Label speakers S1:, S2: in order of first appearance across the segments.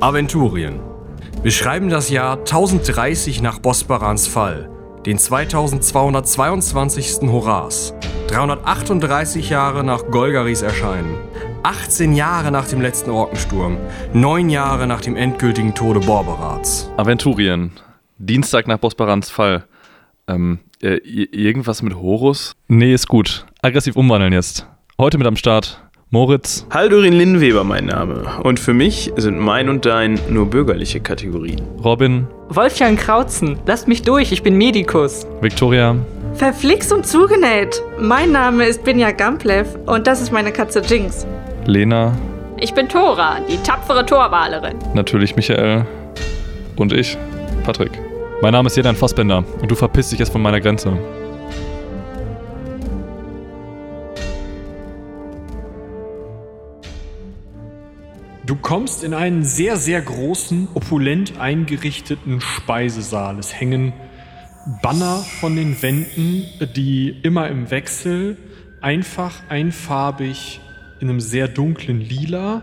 S1: Aventurien. Wir schreiben das Jahr 1030 nach Bosbarans Fall, den 2222. Horas, 338 Jahre nach Golgaris Erscheinen, 18 Jahre nach dem letzten Orkensturm, 9 Jahre nach dem endgültigen Tode Borberats.
S2: Aventurien. Dienstag nach Bosbarans Fall. Ähm, äh, i- irgendwas mit Horus? Nee, ist gut. Aggressiv umwandeln jetzt. Heute mit am Start Moritz.
S3: Haldurin Linnweber mein Name. Und für mich sind mein und dein nur bürgerliche Kategorien.
S2: Robin,
S4: Wolfgang Krautzen, lasst mich durch, ich bin Medikus.
S2: Victoria,
S5: Verflixt und zugenäht. Mein Name ist Binja Gamplev und das ist meine Katze Jinx.
S2: Lena,
S6: Ich bin Tora, die tapfere Torwalerin.
S2: natürlich Michael und ich, Patrick. Mein Name ist Jedan Fassbender und du verpisst dich jetzt von meiner Grenze.
S7: Du kommst in einen sehr, sehr großen, opulent eingerichteten Speisesaal. Es hängen Banner von den Wänden, die immer im Wechsel einfach einfarbig in einem sehr dunklen Lila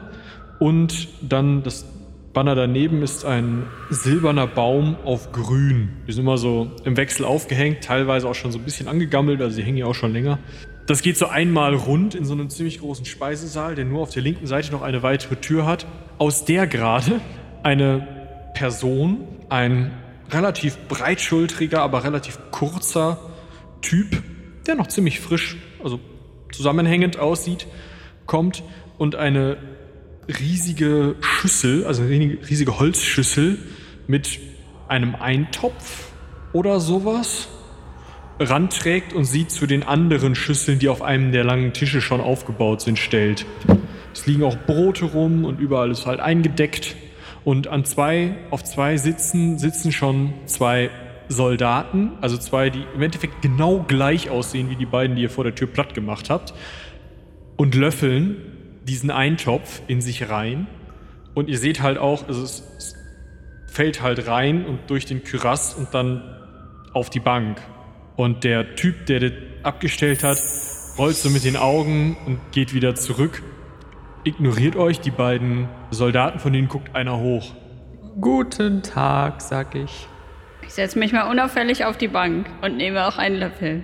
S7: und dann das Banner daneben ist ein silberner Baum auf grün. Die sind immer so im Wechsel aufgehängt, teilweise auch schon so ein bisschen angegammelt, also die hängen ja auch schon länger. Das geht so einmal rund in so einem ziemlich großen Speisesaal, der nur auf der linken Seite noch eine weitere Tür hat, aus der gerade eine Person, ein relativ breitschultriger, aber relativ kurzer Typ, der noch ziemlich frisch, also zusammenhängend aussieht, kommt und eine riesige Schüssel, also eine riesige riesige Holzschüssel mit einem Eintopf oder sowas ranträgt und sie zu den anderen Schüsseln, die auf einem der langen Tische schon aufgebaut sind, stellt. Es liegen auch Brote rum und überall ist halt eingedeckt. Und an zwei, auf zwei Sitzen sitzen schon zwei Soldaten, also zwei, die im Endeffekt genau gleich aussehen wie die beiden, die ihr vor der Tür platt gemacht habt, und löffeln diesen Eintopf in sich rein. Und ihr seht halt auch, also es, es fällt halt rein und durch den Kürass und dann auf die Bank. Und der Typ, der das abgestellt hat, rollt so mit den Augen und geht wieder zurück. Ignoriert euch, die beiden Soldaten, von denen guckt einer hoch.
S4: Guten Tag, sag ich.
S6: Ich setze mich mal unauffällig auf die Bank und nehme auch einen Löffel.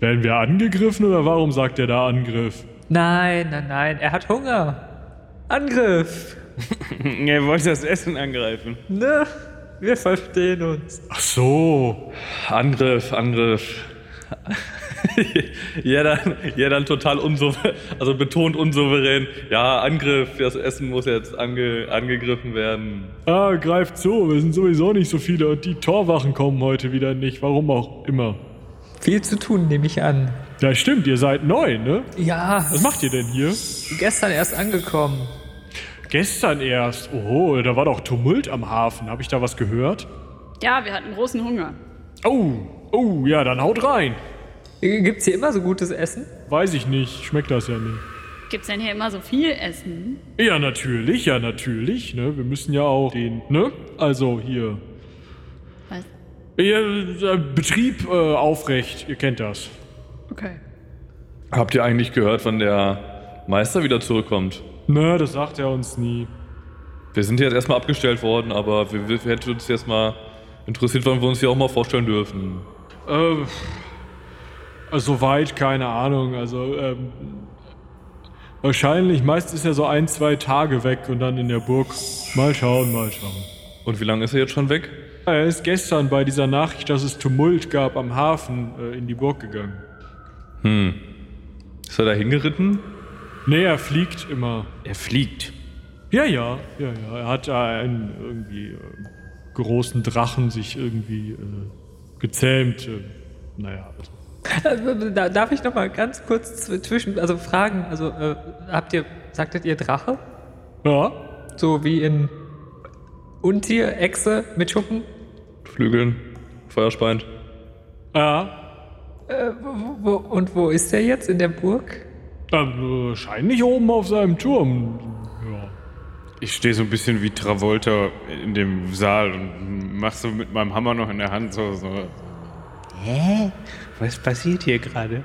S7: Werden wir angegriffen oder warum sagt er da Angriff?
S4: Nein, nein, nein, er hat Hunger. Angriff.
S3: Er wollte das Essen angreifen.
S4: Ne? Wir verstehen uns.
S7: Ach so.
S2: Angriff, Angriff. ja, dann, ja, dann total unsouverän, also betont unsouverän. Ja, Angriff, das Essen muss jetzt ange, angegriffen werden.
S7: Ah, greift zu, wir sind sowieso nicht so viele und die Torwachen kommen heute wieder nicht, warum auch immer.
S4: Viel zu tun, nehme ich an.
S7: Ja, stimmt, ihr seid neu, ne?
S4: Ja,
S7: Was macht ihr denn hier?
S4: gestern erst angekommen.
S7: Gestern erst. Oh, da war doch Tumult am Hafen. Habe ich da was gehört?
S6: Ja, wir hatten großen Hunger.
S7: Oh, oh, ja, dann haut rein.
S4: Äh, Gibt's hier immer so gutes Essen?
S7: Weiß ich nicht, schmeckt das ja nicht.
S6: Gibt's denn hier immer so viel Essen?
S7: Ja, natürlich, ja, natürlich, ne? Wir müssen ja auch den, ne? Also hier.
S6: Was?
S7: Ja, äh, Betrieb äh, aufrecht, ihr kennt das.
S6: Okay.
S2: Habt ihr eigentlich gehört, wann der Meister wieder zurückkommt?
S7: Ne, das sagt er uns nie.
S2: Wir sind jetzt erstmal abgestellt worden, aber wir, wir wir hätten uns jetzt mal interessiert, wann wir uns hier auch mal vorstellen dürfen.
S7: Ähm, soweit, also keine Ahnung. Also, ähm, wahrscheinlich, meist ist er so ein, zwei Tage weg und dann in der Burg. Mal schauen, mal schauen.
S2: Und wie lange ist er jetzt schon weg?
S7: Er ist gestern bei dieser Nachricht, dass es Tumult gab am Hafen, äh, in die Burg gegangen.
S2: Hm. Ist er da hingeritten?
S7: Nee, er fliegt immer.
S3: Er fliegt.
S7: Ja, ja, ja, ja. Er hat da einen irgendwie äh, großen Drachen sich irgendwie äh, gezähmt. Äh, naja, also.
S4: Da- Darf ich noch mal ganz kurz zw- zwischen, also fragen, also äh, habt ihr, sagtet ihr Drache?
S7: Ja,
S4: So wie in Untier, Echse mit Schuppen?
S2: Flügeln, Feuerspeind.
S7: ja.
S4: Äh, wo, wo, und wo ist der jetzt? In der Burg?
S7: Dann, äh, Wahrscheinlich oben auf seinem Turm. Ja.
S8: Ich stehe so ein bisschen wie Travolta in dem Saal und mach so mit meinem Hammer noch in der Hand so. so.
S3: Was passiert hier gerade?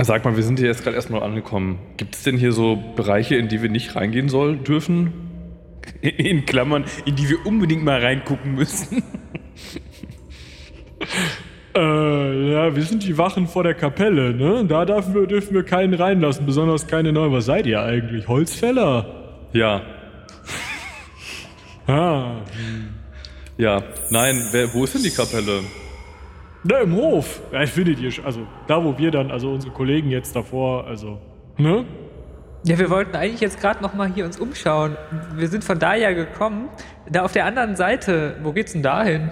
S2: Sag mal, wir sind hier jetzt gerade erstmal angekommen. Gibt es denn hier so Bereiche, in die wir nicht reingehen soll, dürfen?
S8: in Klammern, in die wir unbedingt mal reingucken müssen.
S7: Äh, ja, wir sind die Wachen vor der Kapelle, ne? Da dürfen wir, dürfen wir keinen reinlassen, besonders keine neuen. Was seid ihr eigentlich? Holzfäller?
S2: Ja,
S7: Ah,
S2: ja. Nein, wer, wo ist denn die Kapelle?
S7: ne, im Hof. Ja, findet ihr, sch- also da, wo wir dann, also unsere Kollegen jetzt davor, also, ne?
S4: Ja, wir wollten eigentlich jetzt gerade noch mal hier uns umschauen. Wir sind von da ja gekommen. Da auf der anderen Seite, wo geht's denn da hin?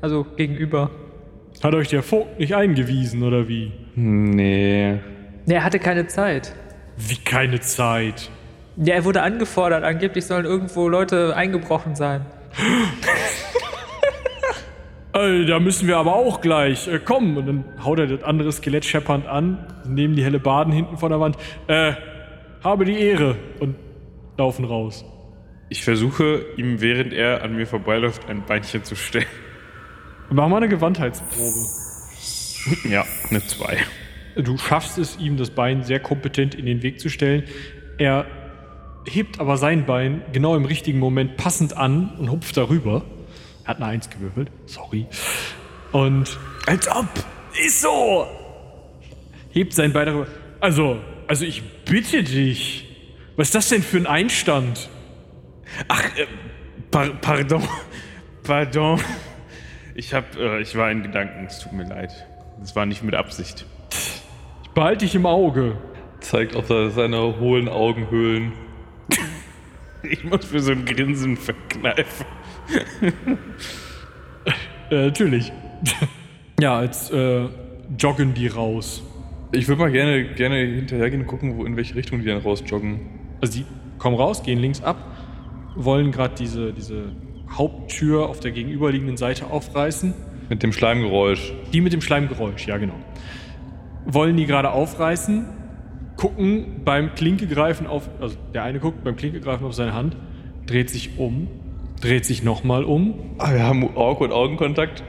S4: Also gegenüber.
S7: Hat euch der Vogt nicht eingewiesen, oder wie?
S2: Nee.
S4: Ne, er hatte keine Zeit.
S7: Wie keine Zeit.
S4: Ja, er wurde angefordert. Angeblich sollen irgendwo Leute eingebrochen sein.
S7: Ey, Äh, da müssen wir aber auch gleich. Äh, komm. Und dann haut er das andere Skelett scheppernd an, nehmen die helle Baden hinten von der Wand. Äh, habe die Ehre. Und laufen raus.
S8: Ich versuche, ihm, während er an mir vorbeiläuft, ein Beinchen zu stellen.
S7: Mach mal eine Gewandheitsprobe.
S8: Ja, eine 2.
S7: Du schaffst es ihm, das Bein sehr kompetent in den Weg zu stellen. Er hebt aber sein Bein genau im richtigen Moment passend an und hupft darüber. Er hat eine Eins gewürfelt, sorry. Und als ob, ist so. Hebt sein Bein darüber. Also, also ich bitte dich. Was ist das denn für ein Einstand?
S8: Par pardon. Pardon. Ich hab, äh, ich war in Gedanken, es tut mir leid. Es war nicht mit Absicht.
S7: Ich behalte dich im Auge.
S2: Zeigt auf seine hohlen Augenhöhlen.
S8: Ich muss mir so ein Grinsen verkneifen.
S7: Äh, natürlich. ja, jetzt äh, joggen die raus.
S2: Ich würde mal gerne, gerne hinterhergehen und gucken, wo, in welche Richtung die dann rausjoggen.
S7: Also die kommen raus, gehen links ab, wollen gerade diese, diese Haupttür auf der gegenüberliegenden Seite aufreißen.
S2: Mit dem Schleimgeräusch.
S7: Die mit dem Schleimgeräusch, ja genau. Wollen die gerade aufreißen, gucken beim Klinkegreifen auf, also der eine guckt beim Klinkegreifen auf seine Hand, dreht sich um, dreht sich nochmal um
S2: Ah, wir haben awkward Augenkontakt.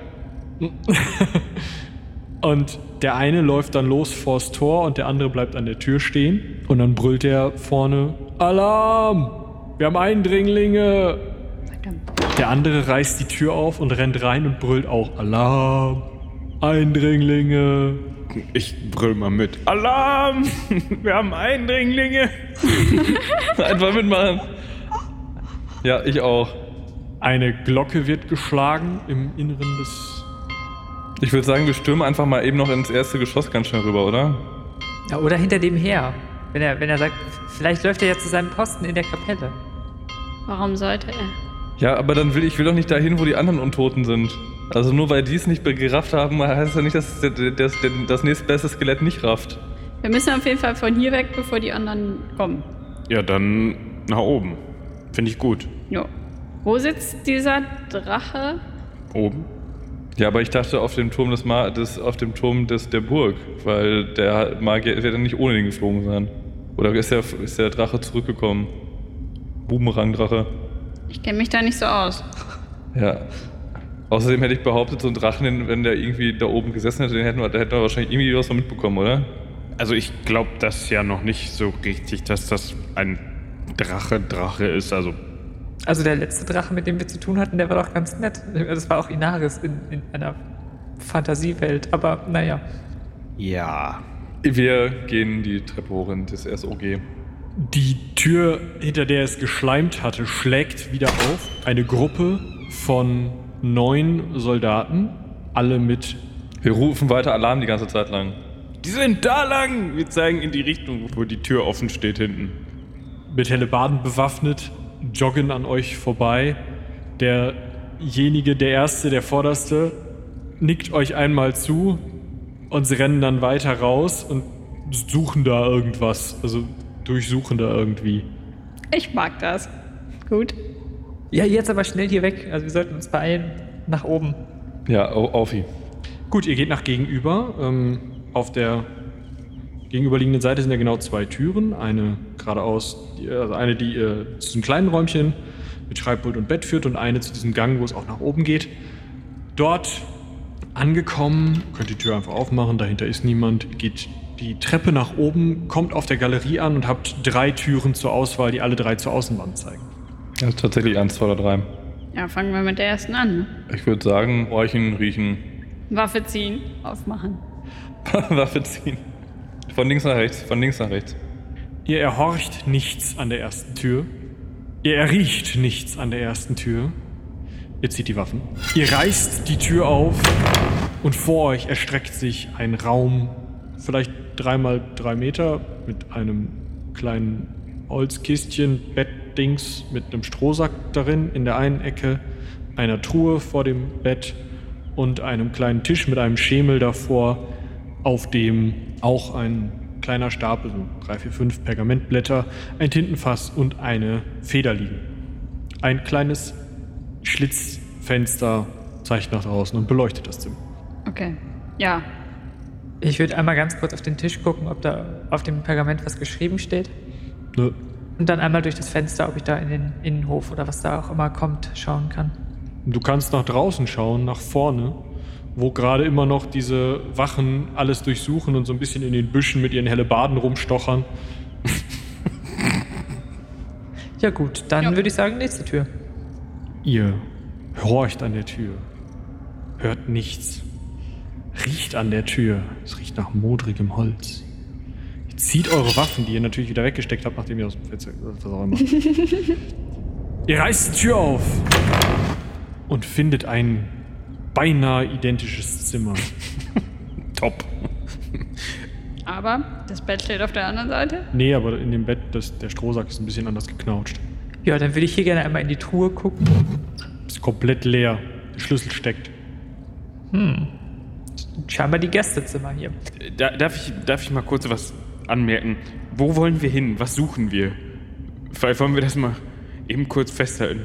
S7: und der eine läuft dann los vors Tor und der andere bleibt an der Tür stehen und dann brüllt er vorne, Alarm! Wir haben Eindringlinge!
S6: Verdammt.
S7: Der andere reißt die Tür auf und rennt rein und brüllt auch Alarm, Eindringlinge.
S8: Ich brüll mal mit. Alarm! Wir haben Eindringlinge!
S2: Einfach mitmachen. Ja, ich auch.
S7: Eine Glocke wird geschlagen im Inneren des...
S2: Ich würde sagen, wir stürmen einfach mal eben noch ins erste Geschoss ganz schnell rüber, oder?
S4: Ja, oder hinter dem her. Wenn er, wenn er sagt, vielleicht läuft er ja zu seinem Posten in der Kapelle.
S6: Warum sollte er?
S2: Ja, aber dann will ich will doch nicht dahin, wo die anderen Untoten sind. Also nur weil die es nicht gerafft haben, heißt ja nicht, dass das, das, das nächstbeste Skelett nicht rafft.
S6: Wir müssen auf jeden Fall von hier weg, bevor die anderen kommen.
S8: Ja, dann nach oben. Finde ich gut.
S6: Jo. Wo sitzt dieser Drache?
S8: Oben?
S2: Ja, aber ich dachte auf dem Turm des Ma des, auf dem Turm des der Burg, weil der Magier wird ja nicht ohne den geflogen sein. Oder ist der, ist der Drache zurückgekommen? Bumerangdrache.
S6: Ich kenne mich da nicht so aus.
S2: Ja. Außerdem hätte ich behauptet, so ein Drachen, den- wenn der irgendwie da oben gesessen hätte, den hätten wir, da hätten wir wahrscheinlich irgendwie was von mitbekommen, oder?
S8: Also ich glaube das ja noch nicht so richtig, dass das ein Drache Drache ist. Also
S4: Also der letzte Drache, mit dem wir zu tun hatten, der war doch ganz nett. Das war auch Inaris in, in einer Fantasiewelt. Aber naja.
S8: ja.
S2: Wir gehen die Treppe hoch in das SOG.
S7: Die Tür, hinter der es geschleimt hatte, schlägt wieder auf. Eine Gruppe von neun Soldaten, alle mit...
S2: Wir rufen weiter Alarm die ganze Zeit lang.
S8: Die sind da lang. Wir zeigen in die Richtung, wo die Tür offen steht hinten.
S7: mit Hellebarden bewaffnet, joggen an euch vorbei. Derjenige, der Erste, der Vorderste, nickt euch einmal zu und sie rennen dann weiter raus und suchen da irgendwas. Also durchsuchen da irgendwie.
S6: Ich mag das. Gut.
S4: Ja, jetzt aber schnell hier weg. Also wir sollten uns beeilen. Nach oben.
S2: Ja, au- Aufi.
S7: Gut, ihr geht nach gegenüber. Ähm, auf der gegenüberliegenden Seite sind ja genau zwei Türen. Eine geradeaus, die, also eine, die äh, zu diesem kleinen Räumchen mit Schreibpult und Bett führt und eine zu diesem Gang, wo es auch nach oben geht. Dort angekommen, könnt die Tür einfach aufmachen, dahinter ist niemand, geht die Treppe nach oben, kommt auf der Galerie an und habt drei Türen zur Auswahl, die alle drei zur Außenwand zeigen.
S2: Das ist tatsächlich eins, zwei oder drei.
S6: Ja, fangen wir mit der ersten an.
S2: Ich würde sagen, räuchen, riechen,
S6: Waffe ziehen, aufmachen.
S2: Waffe ziehen. Von links nach rechts, von links nach rechts.
S7: Ihr erhorcht nichts an der ersten Tür. Ihr erriecht nichts an der ersten Tür. Ihr zieht die Waffen. Ihr reißt die Tür auf und vor euch erstreckt sich ein Raum, vielleicht dreimal drei Meter, mit einem kleinen Holzkistchen, Bettdings mit einem Strohsack darin in der einen Ecke, einer Truhe vor dem Bett und einem kleinen Tisch mit einem Schemel davor, auf dem auch ein kleiner Stapel, so drei, vier, fünf Pergamentblätter, ein Tintenfass und eine Feder liegen. Ein kleines Schlitzfenster zeigt nach draußen und beleuchtet das Zimmer.
S6: Okay. Ja.
S4: Ich würde einmal ganz kurz auf den Tisch gucken, ob da auf dem Pergament was geschrieben steht.
S7: Nö.
S4: Und dann einmal durch das Fenster, ob ich da in den Innenhof oder was da auch immer kommt, schauen kann.
S7: Du kannst nach draußen schauen, nach vorne, wo gerade immer noch diese Wachen alles durchsuchen und so ein bisschen in den Büschen mit ihren Hellebarden rumstochern.
S4: Ja gut, dann
S6: Ja.
S4: würde ich sagen, nächste Tür.
S7: Ihr horcht an der Tür, hört nichts, riecht an der Tür. Es riecht nach modrigem Holz. Ihr zieht eure Waffen, die ihr natürlich wieder weggesteckt habt, nachdem ihr aus dem Fenster, was auch immer. ihr reißt die Tür auf und findet ein beinahe identisches Zimmer.
S8: Top.
S6: Aber das Bett steht auf der anderen Seite.
S7: Nee, aber in dem Bett, das, der Strohsack ist ein bisschen anders geknautscht.
S4: Ja, dann würde ich hier gerne einmal in die Truhe gucken.
S7: Ist komplett leer. Der Schlüssel steckt.
S4: Scheinbar die Gästezimmer hier.
S8: Da, darf, ich, darf ich mal kurz was anmerken? Wo wollen wir hin? Was suchen wir? Vielleicht wollen wir das mal eben kurz festhalten.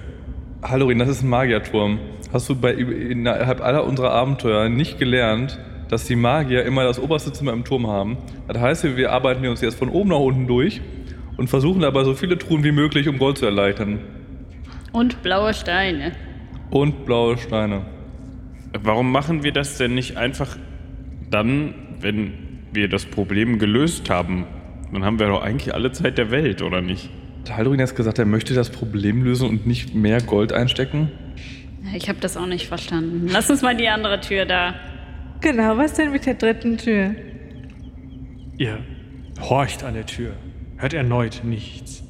S2: Hallorin, das ist ein Magierturm. Hast du bei, innerhalb aller unserer Abenteuer nicht gelernt, dass die Magier immer das oberste Zimmer im Turm haben? Das heißt, wir arbeiten uns jetzt von oben nach unten durch und versuchen dabei so viele Truhen wie möglich, um Gold zu erleichtern.
S6: Und blaue Steine.
S2: Und blaue Steine.
S8: Warum machen wir das denn nicht einfach dann, wenn wir das Problem gelöst haben? Dann haben wir doch eigentlich alle Zeit der Welt, oder nicht?
S2: Hat Hallorin jetzt gesagt, er möchte das Problem lösen und nicht mehr Gold einstecken?
S6: Ja, Ich habe das auch nicht verstanden. Lass uns mal die andere Tür da.
S5: Genau, was denn mit der dritten Tür?
S7: Ihr horcht an der Tür, hört erneut nichts.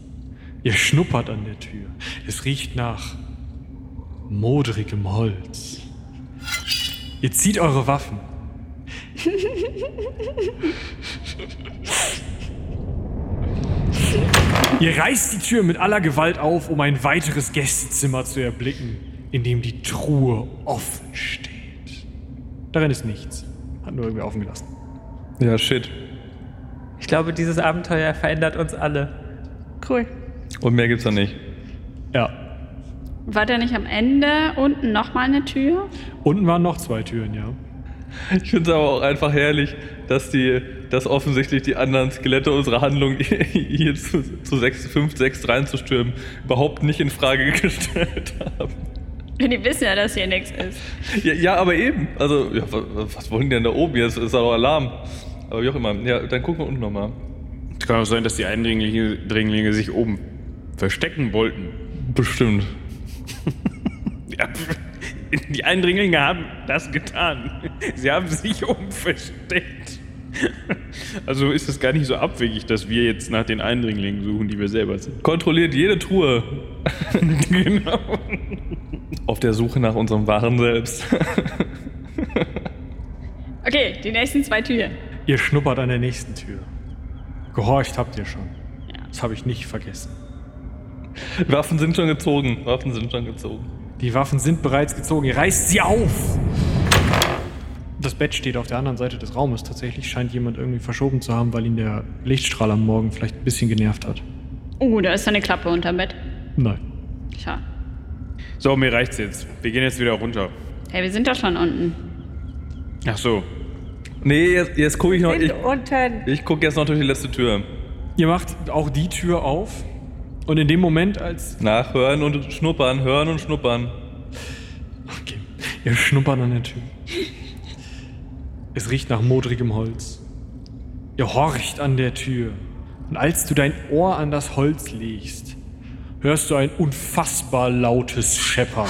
S7: Ihr schnuppert an der Tür. Es riecht nach modrigem Holz. Ihr zieht eure Waffen. Ihr reißt die Tür mit aller Gewalt auf, um ein weiteres Gästezimmer zu erblicken, in dem die Truhe offen steht. Darin ist nichts. Hat nur irgendwer offen gelassen.
S2: Ja, shit.
S4: Ich glaube, dieses Abenteuer verändert uns alle.
S5: Cool.
S2: Und mehr gibt's da nicht.
S7: Ja,
S6: War der nicht am Ende unten nochmal eine Tür?
S7: Unten waren noch zwei Türen, ja.
S2: Ich finde es aber auch einfach herrlich, dass, die, dass offensichtlich die anderen Skelette unserer Handlung, hier zu, zu 6, 5, 6 reinzustürmen, überhaupt nicht in Frage gestellt haben.
S6: Die wissen ja, dass hier nichts ist.
S2: Ja, ja aber eben. Also, ja, wa- wa- was wollen die denn da oben? Jetzt ist auch Alarm. Aber wie auch immer. Ja, dann gucken wir unten nochmal.
S8: Es kann auch sein, dass die Eindringlinge Dringlinge sich oben verstecken wollten.
S2: Bestimmt.
S8: Ja, die Eindringlinge haben das getan. Sie haben sich oben versteckt. Also ist es gar nicht so abwegig, dass wir jetzt nach den Eindringlingen suchen, die wir selber sind.
S2: Kontrolliert jede Truhe
S8: genau.
S2: auf der Suche nach unserem wahren Selbst.
S6: Okay, die nächsten zwei Türen.
S7: Ihr schnuppert an der nächsten Tür. Gehorcht habt ihr schon. Das habe ich nicht vergessen.
S2: Waffen sind schon gezogen. Waffen sind schon gezogen.
S7: Die Waffen sind bereits gezogen. Ihr reißt sie auf! Das Bett steht auf der anderen Seite des Raumes. Tatsächlich scheint jemand irgendwie verschoben zu haben, weil ihn der Lichtstrahl am Morgen vielleicht ein bisschen genervt hat.
S6: Oh, da ist eine Klappe unterm Bett.
S7: Nein.
S6: Schade.
S8: So, mir reicht's jetzt. Wir gehen jetzt wieder runter.
S6: Hey, wir sind doch schon unten.
S8: Ach so.
S2: Nee, jetzt, jetzt gucke ich noch. Oh, Ich,
S5: Sind unten.
S2: ich gucke jetzt noch durch die letzte Tür.
S7: Ihr macht auch die Tür auf. Und in dem Moment, als.
S2: Nachhören und schnuppern, hören und schnuppern.
S7: Okay. Ihr schnuppert an der Tür. Es riecht nach modrigem Holz. Ihr horcht an der Tür. Und als du dein Ohr an das Holz legst, hörst du ein unfassbar lautes Scheppern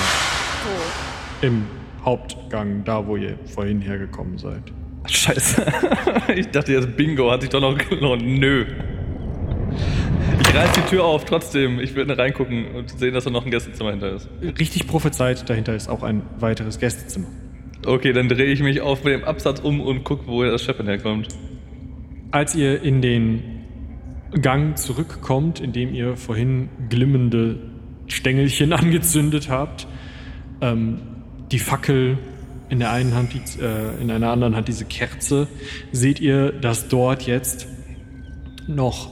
S7: im Hauptgang, da wo ihr vorhin hergekommen seid.
S2: Scheiße. Ich dachte jetzt, Bingo hat sich doch noch gelohnt. Nö. Ich reiß die Tür auf, trotzdem. Ich würde reingucken und sehen, dass da noch ein Gästezimmer hinter ist.
S7: Richtig prophezeit, dahinter ist auch ein weiteres Gästezimmer.
S2: Okay, dann drehe ich mich auf mit dem Absatz um und guck, wo das Scheppern herkommt.
S7: Als ihr in den Gang zurückkommt, in dem ihr vorhin glimmende Stängelchen angezündet habt, ähm, die Fackel in der einen Hand, die, äh, in einer anderen Hand diese Kerze, seht ihr, dass dort jetzt noch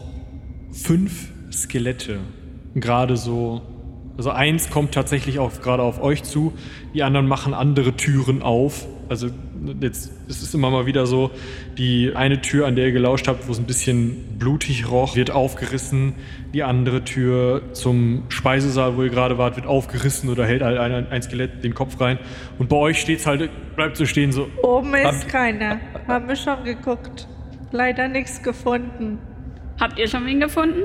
S7: fünf Skelette gerade so. Also eins kommt tatsächlich auch gerade auf euch zu, die anderen machen andere Türen auf. Also jetzt es ist immer mal wieder so, die eine Tür, an der ihr gelauscht habt, wo es ein bisschen blutig roch, wird aufgerissen. Die andere Tür zum Speisesaal, wo ihr gerade wart, wird aufgerissen oder hält halt ein, ein Skelett den Kopf rein. Und bei euch steht's halt, bleibt so stehen so,
S5: Oben ist
S2: Hab-
S5: keiner. Haben wir schon geguckt. Leider nichts gefunden.
S6: Habt ihr schon wen gefunden?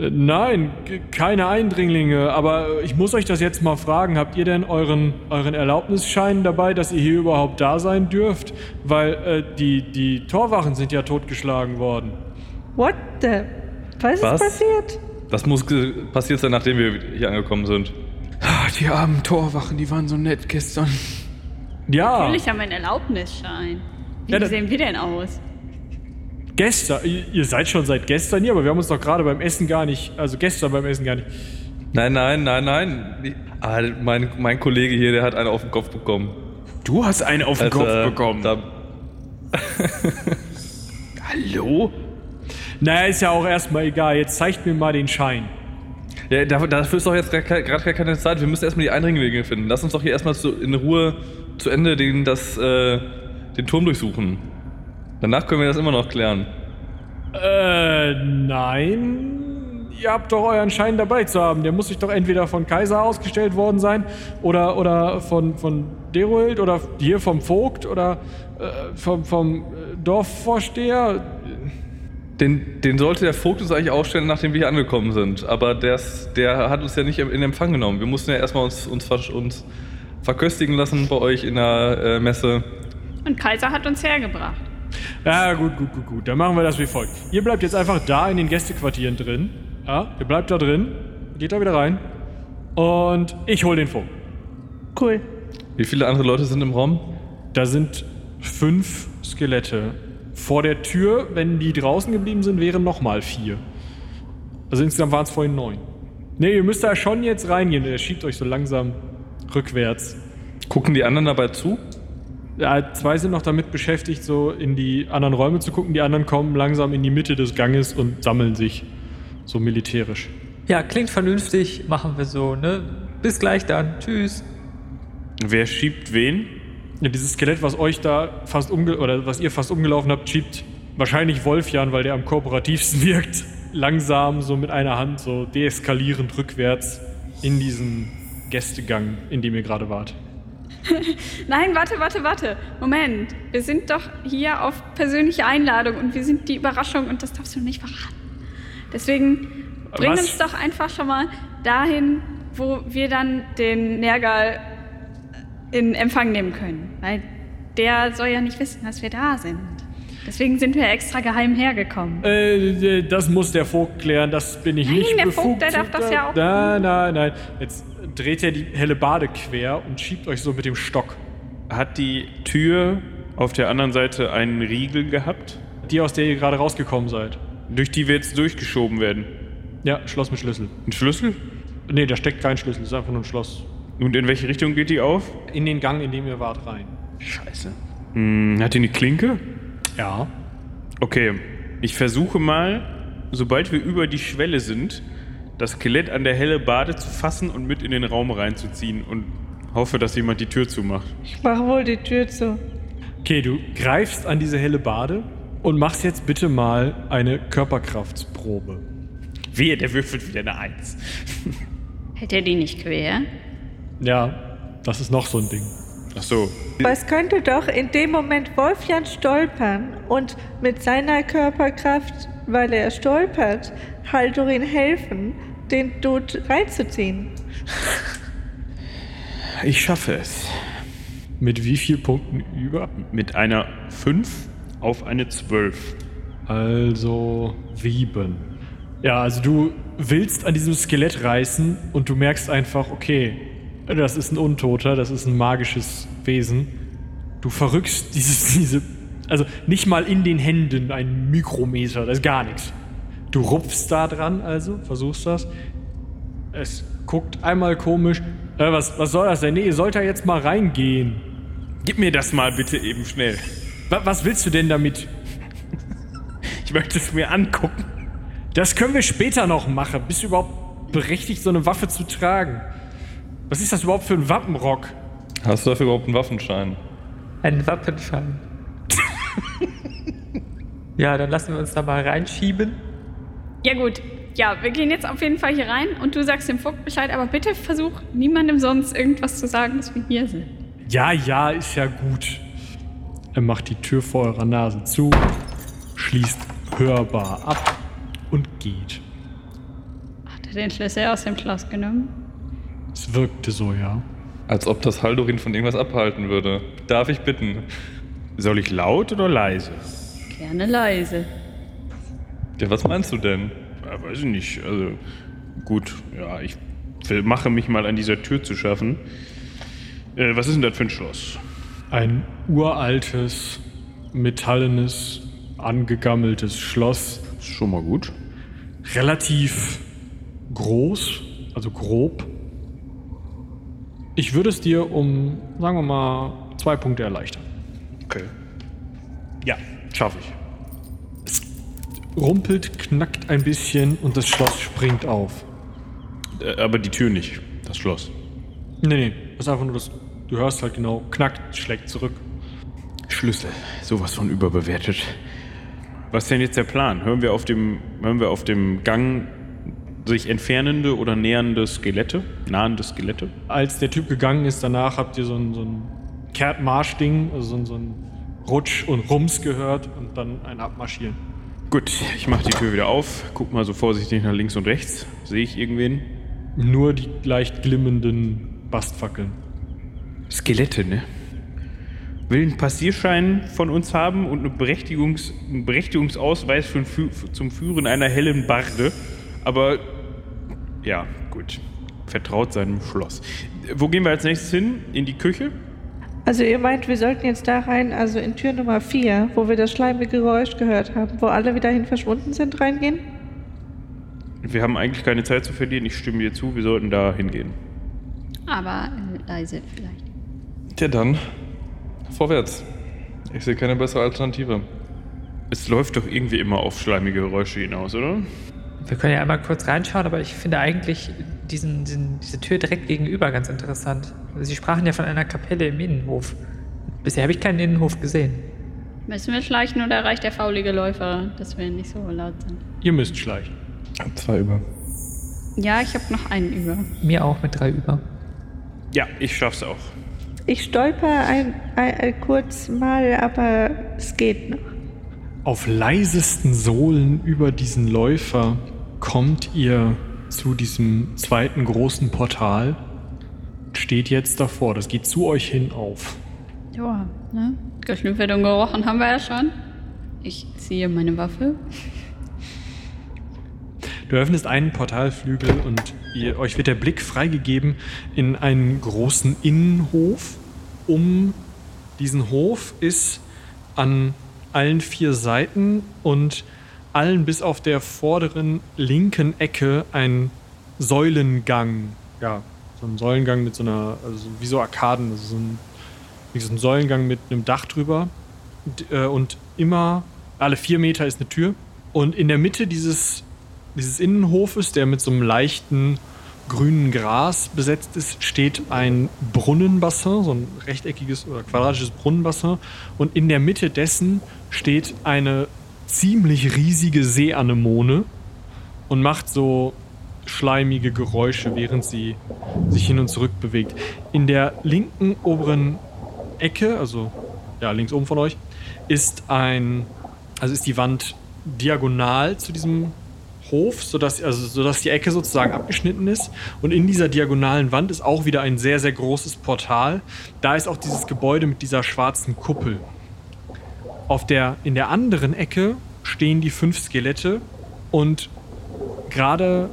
S7: Äh, Nein, ge- keine Eindringlinge, aber ich muss euch das jetzt mal fragen. Habt ihr denn euren, euren Erlaubnisschein dabei, dass ihr hier überhaupt da sein dürft? Weil äh, die, die Torwachen sind ja totgeschlagen worden.
S5: What the? Was,
S2: Was?
S5: ist passiert?
S2: Das muss ge- passiert sein, nachdem wir hier angekommen sind.
S3: die armen Torwachen, die waren so nett gestern.
S7: Ja,
S6: Natürlich haben wir einen Erlaubnisschein. Wie
S7: Ja, das-
S6: sehen wir denn aus?
S7: gestern. Ihr ihr seid schon seit gestern hier, aber wir haben uns doch gerade beim Essen gar nicht, also gestern beim Essen gar nicht.
S2: Nein, nein, nein, nein. Ich- Ah, mein, mein Kollege hier, der hat einen auf den Kopf bekommen.
S3: Du hast einen auf den
S2: Als
S3: Kopf
S2: er
S3: bekommen.
S2: Also, Da,
S3: Hallo?
S7: Naja, ist ja auch erstmal egal. Jetzt zeigt mir mal den Schein.
S2: ja, da- dafür ist doch jetzt gerade ke- gerade gar keine Zeit. Wir müssen erstmal die Eindringlinge finden. Lass uns doch hier erstmal zu, in Ruhe zu Ende den, das, äh, den Turm durchsuchen. Danach können wir das immer noch klären.
S7: Äh, nein. Ihr habt doch euren Schein dabei zu haben. Der muss sich doch entweder von Kaiser ausgestellt worden sein oder, oder von, von Derold oder hier vom Vogt oder äh, vom, vom äh, Dorfvorsteher.
S2: Den, den sollte der Vogt uns eigentlich ausstellen, nachdem wir hier angekommen sind. Aber der's, der hat uns ja nicht in Empfang genommen. Wir mussten ja erstmal uns, uns, ver- uns verköstigen lassen bei euch in der äh, Messe.
S6: Und Kaiser hat uns hergebracht.
S7: Ja, gut, gut, gut, gut. Dann machen wir das wie folgt. Ihr bleibt jetzt einfach da in den Gästequartieren drin. Ja, ihr bleibt da drin, geht da wieder rein und ich hol den Vogt.
S5: Cool.
S2: Wie viele andere Leute sind im Raum?
S7: Da sind fünf Skelette. Vor der Tür, wenn die draußen geblieben sind, wären nochmal vier. Also insgesamt waren es vorhin neun. Ne, ihr müsst da schon jetzt reingehen. Er schiebt euch so langsam rückwärts.
S2: Gucken die anderen dabei zu?
S7: Ja, zwei sind noch damit beschäftigt, so in die anderen Räume zu gucken. Die anderen kommen langsam in die Mitte des Ganges und sammeln sich so militärisch.
S4: Ja, klingt vernünftig, machen wir so, ne? Bis gleich dann. Tschüss.
S8: Wer schiebt wen?
S7: Ja, dieses Skelett, was euch da fast umge oder was ihr fast umgelaufen habt, schiebt wahrscheinlich Wolfjan, weil der am kooperativsten wirkt, langsam so mit einer Hand so deeskalierend rückwärts in diesen Gästegang, in dem ihr gerade wart.
S6: Nein, warte, warte, warte. Moment. Wir sind doch hier auf persönliche Einladung und wir sind die Überraschung und das darfst du nicht verraten. Deswegen bring
S7: Was?
S6: uns doch einfach schon mal dahin, wo wir dann den Nergal äh, in Empfang nehmen können. Weil der soll ja nicht wissen, dass wir da sind. Deswegen sind wir extra geheim hergekommen.
S7: Äh, das muss der Vogt klären, das bin ich
S6: Nein,
S7: nicht
S6: der Vogt,
S7: befugt.
S6: der
S7: zu-
S6: darf das ja auch-
S7: Nein, nein, nein. Jetzt dreht er die helle Bade quer und schiebt euch so mit dem Stock.
S8: Hat die Tür auf der anderen Seite einen Riegel gehabt,
S7: Die, aus der ihr gerade rausgekommen seid.
S8: durch die wir jetzt durchgeschoben werden?
S7: Ja, Schloss mit Schlüssel.
S8: Ein Schlüssel?
S7: Nee, da steckt kein Schlüssel, das ist einfach nur ein Schloss.
S8: Und in welche Richtung geht die auf?
S7: In den Gang, in dem ihr wart, rein.
S3: Scheiße.
S8: Hm, hat die eine Klinke?
S7: Ja.
S8: Okay, ich versuche mal, sobald wir über die Schwelle sind, das Skelett an der helle Bade zu fassen und mit in den Raum reinzuziehen und hoffe, dass jemand die Tür zumacht.
S5: Ich mach wohl die Tür zu.
S7: Okay, du greifst an diese helle Bade und machst jetzt bitte mal eine Körperkraftprobe.
S8: Wehe, der würfelt wieder eine Eins.
S6: Hält er die nicht quer?
S7: Ja, das ist noch so ein Ding.
S8: Ach so.
S5: Aber es könnte doch in dem Moment Wolfjan stolpern und mit seiner Körperkraft, weil er stolpert, Haldorin helfen, den Dude reinzuziehen.
S8: Ich schaffe es.
S7: Mit wie vielen Punkten über?
S8: Mit einer 5 auf eine 12.
S7: Also sieben. Ja, also du willst an diesem Skelett reißen und du merkst einfach, okay, das ist ein Untoter, das ist ein magisches Wesen. Du verrückst dieses, diese, also nicht mal in den Händen ein Mikrometer, das ist gar nichts. Du rupfst da dran, also versuchst das. Es guckt einmal komisch. Äh, was, was soll das denn? Nee, sollte er jetzt mal reingehen.
S8: Gib mir das mal bitte eben schnell.
S7: Wa- was willst du denn damit?
S8: Ich möchte es mir angucken.
S7: Das können wir später noch machen. Bist du überhaupt berechtigt, so eine Waffe zu tragen? Was ist das überhaupt für ein Wappenrock?
S2: Hast du dafür überhaupt einen Waffenschein?
S4: Ein Wappenschein. ja, dann lassen wir uns da mal reinschieben.
S6: Ja gut, ja, wir gehen jetzt auf jeden Fall hier rein und du sagst dem Vogt Bescheid, aber bitte versuch niemandem sonst irgendwas zu sagen, dass wir hier sind.
S7: Ja, ja, ist ja gut. Er macht die Tür vor eurer Nase zu, schließt hörbar ab und geht.
S6: Hat er den Schlüssel aus dem Schloss genommen?
S7: Es wirkte so, ja.
S2: Als ob das Haldorin von irgendwas abhalten würde. Darf ich bitten?
S8: Soll ich laut oder leise?
S6: Gerne leise.
S2: Ja, was meinst du denn?
S8: Ja, weiß ich nicht. Also, gut, ja, ich will- mache mich mal an dieser Tür zu schaffen. Äh, was ist denn das für ein Schloss?
S7: Ein uraltes, metallenes, angegammeltes Schloss.
S8: Ist schon mal gut.
S7: relativ groß, also grob. Ich würde es dir um, sagen wir mal, zwei Punkte erleichtern.
S8: Okay. Ja, schaffe ich.
S7: Rumpelt, knackt ein bisschen und das Schloss springt auf.
S8: Äh, aber die Tür nicht, das Schloss.
S7: Nee, nee, das ist einfach nur das. Du hörst halt genau, knackt, schlägt zurück.
S8: Schlüssel, sowas von überbewertet. Was ist denn jetzt der Plan? Hören wir auf dem, hören wir auf dem Gang sich entfernende oder nähernde Skelette? Nahende Skelette?
S7: Als der Typ gegangen ist, danach habt ihr so ein, so ein Kehrt-Marsch-Ding, also so ein, so ein Rutsch und Rums gehört und dann ein Abmarschieren.
S8: Gut, ich mache die Tür wieder auf, guck mal so vorsichtig nach links und rechts. Sehe ich irgendwen?
S7: Nur die leicht glimmenden Bastfackeln.
S8: Skelette, ne? Will einen Passierschein von uns haben und eine Berechtigungs, einen Berechtigungsausweis für ein Fü zum Führen einer hellen Barde. Aber ja, gut. Vertraut seinem Schloss. Wo gehen wir als nächstes hin? In die Küche?
S5: Also ihr meint, wir sollten jetzt da rein, also in Tür Nummer 4, wo wir das schleimige Geräusch gehört haben, wo alle wieder hin verschwunden sind, reingehen?
S8: Wir haben eigentlich keine Zeit zu verlieren. Ich stimme dir zu, wir sollten da hingehen.
S6: Aber äh, leise vielleicht.
S2: Ja, dann. Vorwärts. Ich sehe keine bessere Alternative.
S8: Es läuft doch irgendwie immer auf schleimige Geräusche hinaus, oder?
S4: Wir können ja einmal kurz reinschauen, aber ich finde eigentlich diesen, diesen, diese Tür direkt gegenüber ganz interessant. Sie sprachen ja von einer Kapelle im Innenhof. Bisher habe ich keinen Innenhof gesehen.
S6: Müssen wir schleichen oder reicht der faulige Läufer, dass wir nicht so laut sind?
S7: Ihr müsst schleichen.
S2: Zwei über.
S6: Ja, ich habe noch einen über.
S4: Mir auch mit drei über.
S8: Ja, ich schaff's auch.
S5: Ich stolper ein, ein, ein kurz mal, aber es geht noch.
S7: Auf leisesten Sohlen über diesen Läufer kommt ihr zu diesem zweiten großen Portal. Steht jetzt davor. Das geht zu euch hin auf.
S6: Joa, ne? Geschnüffelt und gerochen haben wir ja schon. Ich ziehe meine Waffe.
S7: Du öffnest einen Portalflügel und ihr, euch wird der Blick freigegeben in einen großen Innenhof. Um diesen Hof ist an allen vier Seiten und allen bis auf der vorderen linken Ecke ein Säulengang. Ja, so ein Säulengang mit so einer, also wie so Arkaden, also so ein, wie so ein Säulengang mit einem Dach drüber. D- äh, Und immer, alle vier Meter ist eine Tür. Und in der Mitte dieses dieses Innenhofes, der mit so einem leichten grünen Gras besetzt ist, steht ein Brunnenbassin, so ein rechteckiges oder quadratisches Brunnenbassin. Und in der Mitte dessen steht eine ziemlich riesige Seeanemone und macht so schleimige Geräusche, während sie sich hin und zurück bewegt. In der linken oberen Ecke, also ja, links oben von euch, ist ein, also ist die Wand diagonal zu diesem Hof, sodass, also, sodass die Ecke sozusagen abgeschnitten ist. Und in dieser diagonalen Wand ist auch wieder ein sehr, sehr großes Portal. Da ist auch dieses Gebäude mit dieser schwarzen Kuppel. Auf der, in der anderen Ecke stehen die fünf Skelette und gerade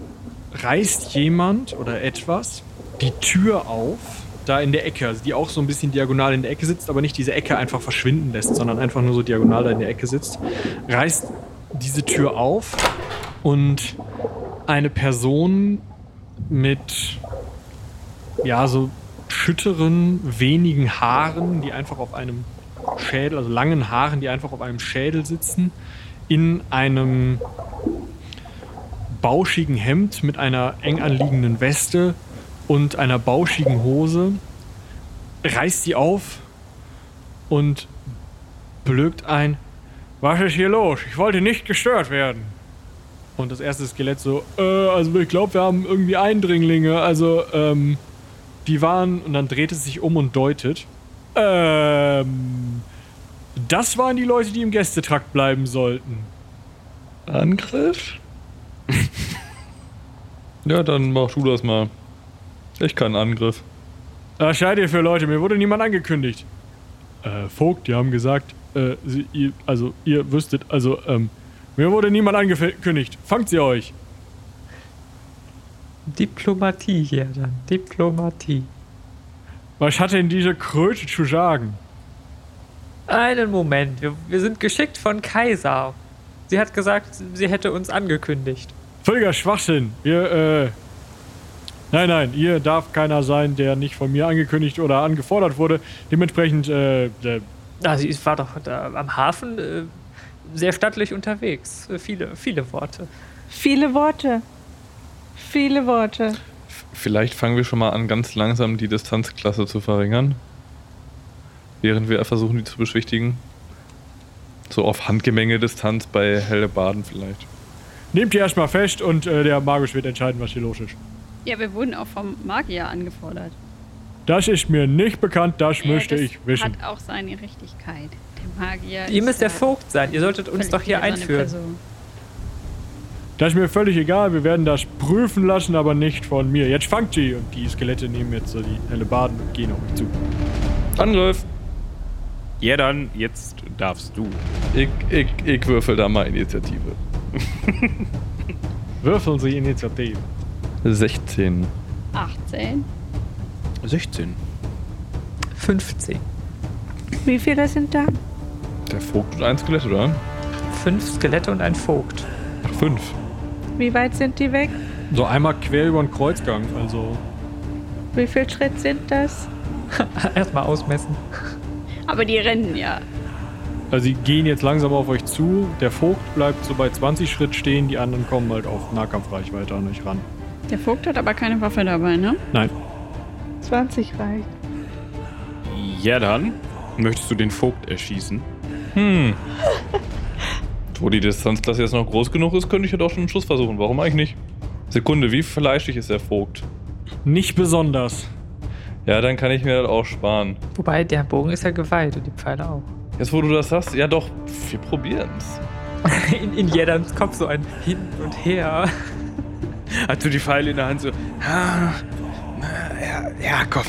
S7: reißt jemand oder etwas die Tür auf, da in der Ecke, also die auch so ein bisschen diagonal in der Ecke sitzt, aber nicht diese Ecke einfach verschwinden lässt, sondern einfach nur so diagonal da in der Ecke sitzt, reißt diese Tür auf und eine Person mit ja so schütteren, wenigen Haaren, die einfach auf einem Schädel, also langen Haaren, die einfach auf einem Schädel sitzen, in einem bauschigen Hemd mit einer eng anliegenden Weste und einer bauschigen Hose, reißt sie auf und blökt ein. Was ist hier los? Ich wollte nicht gestört werden. Und das erste Skelett so, äh, also ich glaube, wir haben irgendwie Eindringlinge. Also, ähm, die waren, und dann dreht es sich um und deutet. Ähm, das waren die Leute, die im Gästetrakt bleiben sollten.
S2: Angriff? ja, dann mach du das mal. Ich kann Angriff.
S7: Was seid ihr Ah, für Leute? Mir wurde niemand angekündigt. Äh, Vogt, die haben gesagt, äh, sie, ihr, also ihr wüsstet, also, ähm, mir wurde niemand angekündigt. Fangt sie euch.
S4: Diplomatie hier dann. Diplomatie.
S7: Was hat denn diese Kröte zu sagen?
S4: Einen Moment. Wir, wir sind geschickt von Kaiser. Sie hat gesagt, sie hätte uns angekündigt.
S7: Völliger Schwachsinn. Ihr, äh. Nein, nein, ihr darf keiner sein, der nicht von mir angekündigt oder angefordert wurde. Dementsprechend, äh, äh
S4: Na, sie ist- war doch da am Hafen äh, sehr stattlich unterwegs. Äh, Viele, viele Worte.
S5: Viele Worte. Viele Worte.
S2: Vielleicht fangen wir schon mal an, ganz langsam die Distanzklasse zu verringern. Während wir versuchen, die zu beschwichtigen. So auf Handgemenge-Distanz bei helle Baden vielleicht.
S7: nehmt ihr erstmal fest und äh, der Magisch wird entscheiden, was hier los ist.
S6: Ja, wir wurden auch vom Magier angefordert.
S7: Das ist mir nicht bekannt, das möchte
S6: ja, das
S7: ich wissen.
S6: Hat auch seine Richtigkeit. Der Magier.
S4: Ihr müsst der
S6: ja
S4: Vogt sein. Ihr solltet uns
S6: völlig
S4: doch hier
S6: eine andere
S4: einführen.
S6: Person.
S7: Das ist mir völlig egal, wir werden das prüfen lassen, aber nicht von mir. Jetzt fangt sie und die Skelette nehmen jetzt so die helle Baden und gehen auf mich zu.
S2: Angriff!
S8: Ja, dann, jetzt darfst du.
S2: Ich, ich, ich würfel da mal Initiative.
S7: Würfeln sie Initiative.
S2: 16.
S6: 18.
S3: 16.
S4: 15.
S5: Wie viele sind da?
S2: Der Vogt und ein Skelett, oder?
S4: Fünf Skelette und ein Vogt.
S2: Fünf.
S5: Wie weit sind die weg?
S7: So einmal quer über den Kreuzgang, also.
S5: Wie viel Schritt sind das?
S4: Erstmal ausmessen.
S6: Aber die rennen ja.
S7: Also sie gehen jetzt langsam auf euch zu. Der Vogt bleibt so bei 20 Schritt stehen, die anderen kommen halt auf Nahkampfreichweite an euch ran.
S6: Der Vogt hat aber keine Waffe dabei, ne?
S7: Nein.
S5: 20 reicht.
S8: Ja, dann. Möchtest du den Vogt erschießen?
S2: Wo die Distanzklasse jetzt noch groß genug ist, könnte ich ja doch schon einen Schuss versuchen. Warum eigentlich nicht? Sekunde, wie fleischig ist der Vogt?
S7: Nicht besonders.
S2: Ja, dann kann ich mir das auch sparen.
S4: Wobei, der Bogen ist ja geweiht und die Pfeile auch.
S2: Jetzt, wo du das sagst, ja doch, wir probieren's.
S4: In, in Jeddams Kopf so ein Hin und Her.
S8: Hast du die Pfeile in der Hand so. Ah, na, ja, ja, komm.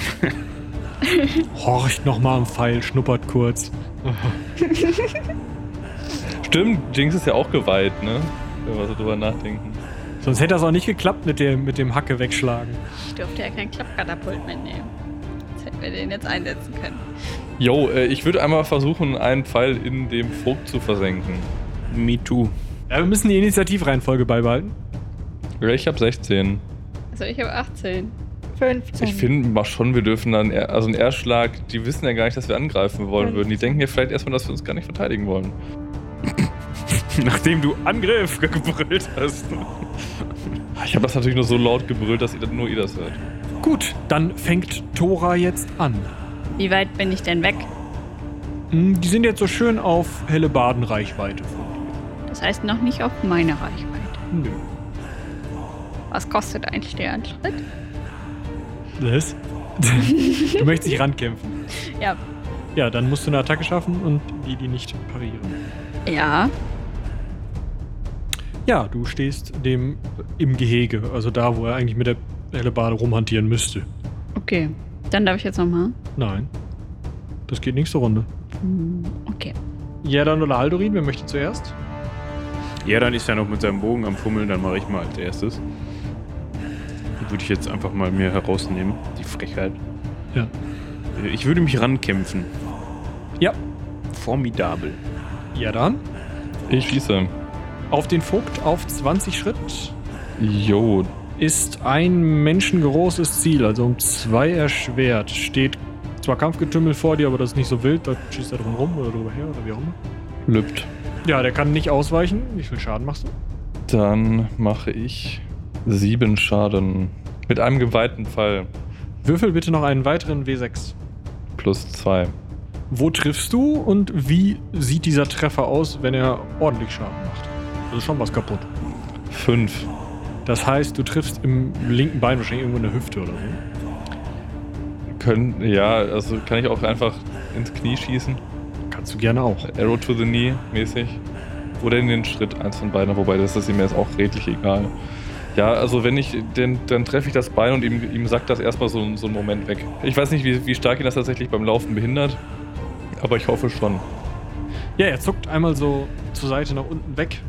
S7: Horcht nochmal am Pfeil, schnuppert kurz.
S2: Stimmt, Jinx ist ja auch geweiht, ne? Wenn wir so drüber nachdenken.
S7: Sonst hätte das auch nicht geklappt mit dem, mit dem Hacke wegschlagen.
S6: Ich durfte ja kein Klappkatapult mitnehmen. Jetzt hätten wir den jetzt einsetzen können.
S2: Jo, äh, ich würde einmal versuchen, einen Pfeil in dem Vogt zu versenken.
S8: Me too.
S7: Ja, wir müssen die Initiativreihenfolge beibehalten.
S2: Ja, Ich habe 16.
S6: Also ich habe 18.
S5: 15.
S2: Ich finde mal schon, wir dürfen dann, er- also einen Erstschlag, die wissen ja gar nicht, dass wir angreifen wollen würden. Die denken ja vielleicht erstmal, dass wir uns gar nicht verteidigen wollen.
S8: Nachdem du Angriff gebrüllt hast.
S2: Ich habe das natürlich nur so laut gebrüllt, dass ihr, das- nur ihr das hört.
S7: Gut, dann fängt Tora jetzt an.
S6: Wie weit bin ich denn weg?
S7: Hm, Die sind jetzt so schön auf helle Badenreichweite.
S6: Das heißt noch nicht auf meine Reichweite.
S7: Nö.
S6: Was kostet ein Sternschritt?
S7: Was? du möchtest dich rankämpfen.
S6: Ja.
S7: Ja, dann musst du eine Attacke schaffen und die, die nicht parieren.
S6: Ja.
S7: Ja, du stehst dem im Gehege, also da, wo er eigentlich mit der Hellebarde rumhantieren müsste.
S6: Okay, dann darf ich jetzt nochmal.
S7: Nein. Das geht nächste Runde.
S6: Hm, Okay.
S7: Jerdan oder Haldorin, wer möchte zuerst?
S8: Ja, dann ist er noch mit seinem Bogen am Fummeln, dann mache ich mal als erstes. Die Würde ich jetzt einfach mal mir herausnehmen, die Frechheit.
S7: Ja.
S8: Äh, Ich würde mich rankämpfen.
S7: Ja.
S8: Formidabel.
S7: Jerdan.
S2: Ich schieße.
S7: Auf den Vogt auf 20 Schritt
S2: Jo,
S7: ist ein menschengroßes Ziel, also um zwei erschwert. Steht zwar Kampfgetümmel vor dir, aber das ist nicht so wild, da schießt er drum rum oder drüber her oder wie auch immer.
S2: lübt.
S7: Ja, der kann nicht ausweichen. Wie viel Schaden machst du?
S2: Dann mache ich sieben Schaden. Mit einem geweihten Pfeil.
S7: Würfel bitte noch einen weiteren W6.
S2: Plus zwei.
S7: Wo triffst du und wie sieht dieser Treffer aus, wenn er ordentlich Schaden macht? Das ist schon was kaputt.
S2: Fünf.
S7: Das heißt, du triffst im linken Bein wahrscheinlich irgendwo in der Hüfte oder so.
S2: Können, ja, also kann ich auch einfach ins Knie schießen.
S7: Kannst du gerne auch.
S2: Arrow to the knee mäßig. Oder in den Schritt, eins von beiden. Wobei, das ist ihm jetzt auch redlich egal. Ja, also wenn ich, den, dann treffe ich das Bein und ihm, ihm sackt das erstmal so, so einen Moment weg. Ich weiß nicht, wie, wie stark ihn das tatsächlich beim Laufen behindert. Aber ich hoffe schon.
S7: Ja, er zuckt einmal so zur Seite nach unten weg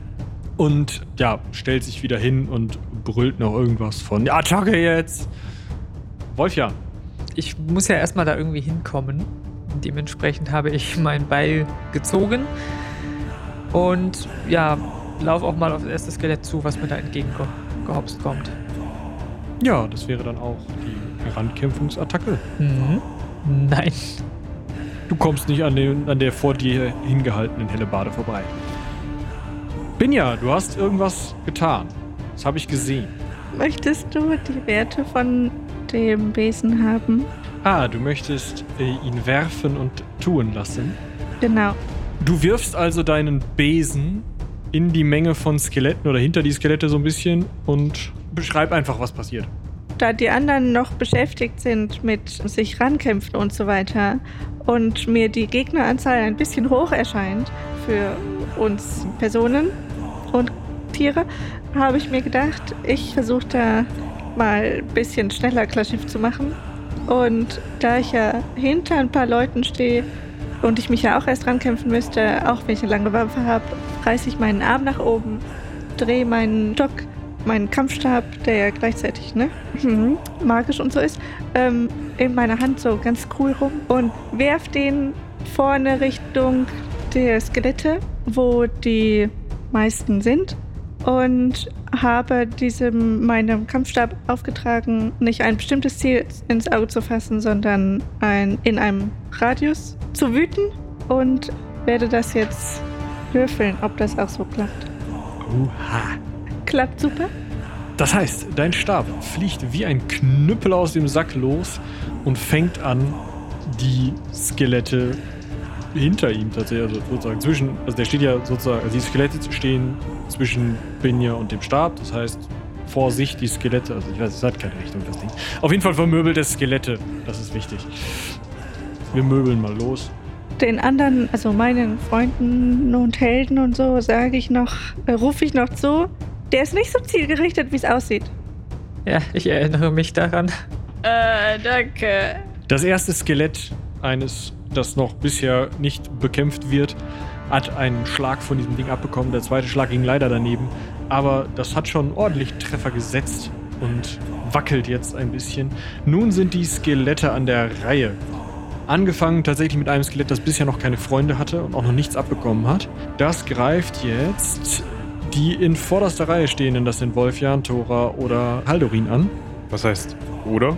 S7: und ja, stellt sich wieder hin und brüllt noch irgendwas von. Ja, Attacke jetzt! Wolfjan,
S4: Ich muss ja erstmal da irgendwie hinkommen. Dementsprechend habe ich mein Beil gezogen. Und ja, lauf auch mal auf das erste Skelett zu, was mir da entgegengehopst kommt.
S7: ja, das wäre dann auch die Randkämpfungsattacke.
S4: Mhm. Nein.
S7: Du kommst nicht an, den, an der vor dir hingehaltenen Hellebarde vorbei. Binja, du hast irgendwas getan. Das habe ich gesehen.
S5: Möchtest du die Werte von dem Besen haben?
S7: Ah, du möchtest äh, ihn werfen und tun lassen.
S5: Genau.
S7: Du wirfst also deinen Besen in die Menge von Skeletten oder hinter die Skelette so ein bisschen und beschreib einfach, was passiert.
S5: Da die anderen noch beschäftigt sind mit sich rankämpfen und so weiter und mir die Gegneranzahl ein bisschen hoch erscheint für uns Personen und Tiere, habe ich mir gedacht, ich versuche da mal ein bisschen schneller Klarschiff zu machen. Und da ich ja hinter ein paar Leuten stehe und ich mich ja auch erst rankämpfen müsste, auch wenn ich eine lange Waffe habe, reiße ich meinen Arm nach oben, drehe meinen Stock, meinen Kampfstab, der ja gleichzeitig ne, mhm, magisch und so ist, ähm, in meiner Hand so ganz cool rum und werf den vorne Richtung der Skelette, wo die meisten sind und habe diesem meinem Kampfstab aufgetragen, nicht ein bestimmtes Ziel ins Auge zu fassen, sondern ein, in einem Radius zu wüten und werde das jetzt würfeln, ob das auch so klappt.
S7: Oha.
S5: Klappt super.
S7: Das heißt, dein Stab fliegt wie ein Knüppel aus dem Sack los und fängt an, die Skelette hinter ihm tatsächlich, also sozusagen zwischen, also der steht ja sozusagen, also die Skelette stehen zwischen Binja und dem Stab, das heißt, vor sich die Skelette, also ich weiß, es hat keine Richtung, das Ding. Auf jeden Fall vermöbelte Skelette, das ist wichtig. Wir möbeln mal los.
S5: Den anderen, also meinen Freunden und Helden und so, sage ich noch, äh, rufe ich noch zu. Der ist nicht so zielgerichtet, wie es aussieht.
S4: Ja, ich erinnere mich daran.
S6: Äh, danke.
S7: Das erste Skelett eines, das noch bisher nicht bekämpft wird, hat einen Schlag von diesem Ding abbekommen. Der zweite Schlag ging leider daneben. Aber das hat schon ordentlich Treffer gesetzt und wackelt jetzt ein bisschen. Nun sind die Skelette an der Reihe. Angefangen tatsächlich mit einem Skelett, das bisher noch keine Freunde hatte und auch noch nichts abbekommen hat. Das greift jetzt die in vorderster Reihe stehenden, das sind Wolfjan, Tora oder Haldorin an.
S8: Was heißt, oder?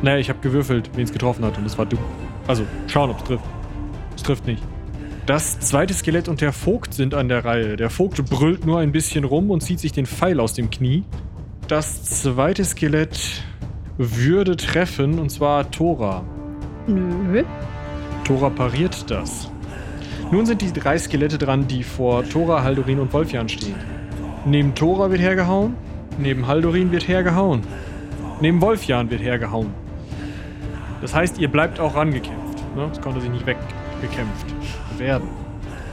S7: Naja, ich habe gewürfelt, wen es getroffen hat und das war du. Also, schauen, ob es trifft. Es trifft nicht. Das zweite Skelett und der Vogt sind an der Reihe. Der Vogt brüllt nur ein bisschen rum und zieht sich den Pfeil aus dem Knie. Das zweite Skelett würde treffen, und zwar Tora.
S6: Nö.
S7: Tora pariert das. Nun sind die drei Skelette dran, die vor Tora, Haldorin und Wolfjan stehen. Neben Tora wird hergehauen, neben Haldorin wird hergehauen, neben Wolfjan wird hergehauen. Das heißt, ihr bleibt auch rangekämpft. Ne? Das konnte sich nicht weggekämpft werden.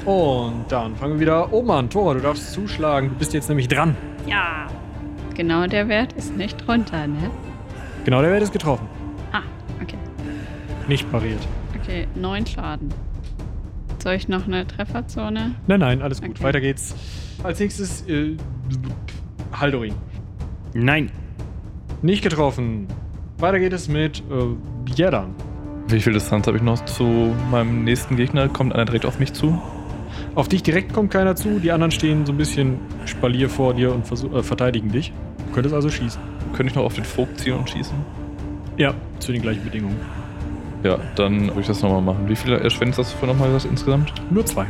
S7: Und dann fangen wir wieder oben an. Tora, du darfst zuschlagen. Du bist jetzt nämlich dran.
S6: Ja. Genau der Wert ist nicht runter, ne?
S7: Genau, der Wert ist getroffen.
S6: Ah, okay.
S7: Nicht pariert.
S6: Okay, neun Schaden. Soll ich noch eine Trefferzone?
S7: Nein, nein, alles gut.
S6: Okay.
S7: Weiter geht's. Als nächstes äh, Haldorin.
S3: Nein.
S7: Nicht getroffen. Weiter geht es mit äh, Jedan.
S2: Wie viel Distanz habe ich noch zu meinem nächsten Gegner? Kommt einer direkt auf mich zu?
S7: Auf dich direkt kommt keiner zu. Die anderen stehen so ein bisschen Spalier vor dir und versuch, äh, verteidigen dich. Du könntest also schießen.
S2: Könnte ich noch auf den Vogt ziehen und schießen?
S7: Ja, zu den gleichen Bedingungen.
S2: Ja, dann würde ich das nochmal machen. Wie viele Erschwernis hast du vorhin nochmal gesagt insgesamt?
S7: Nur zwei.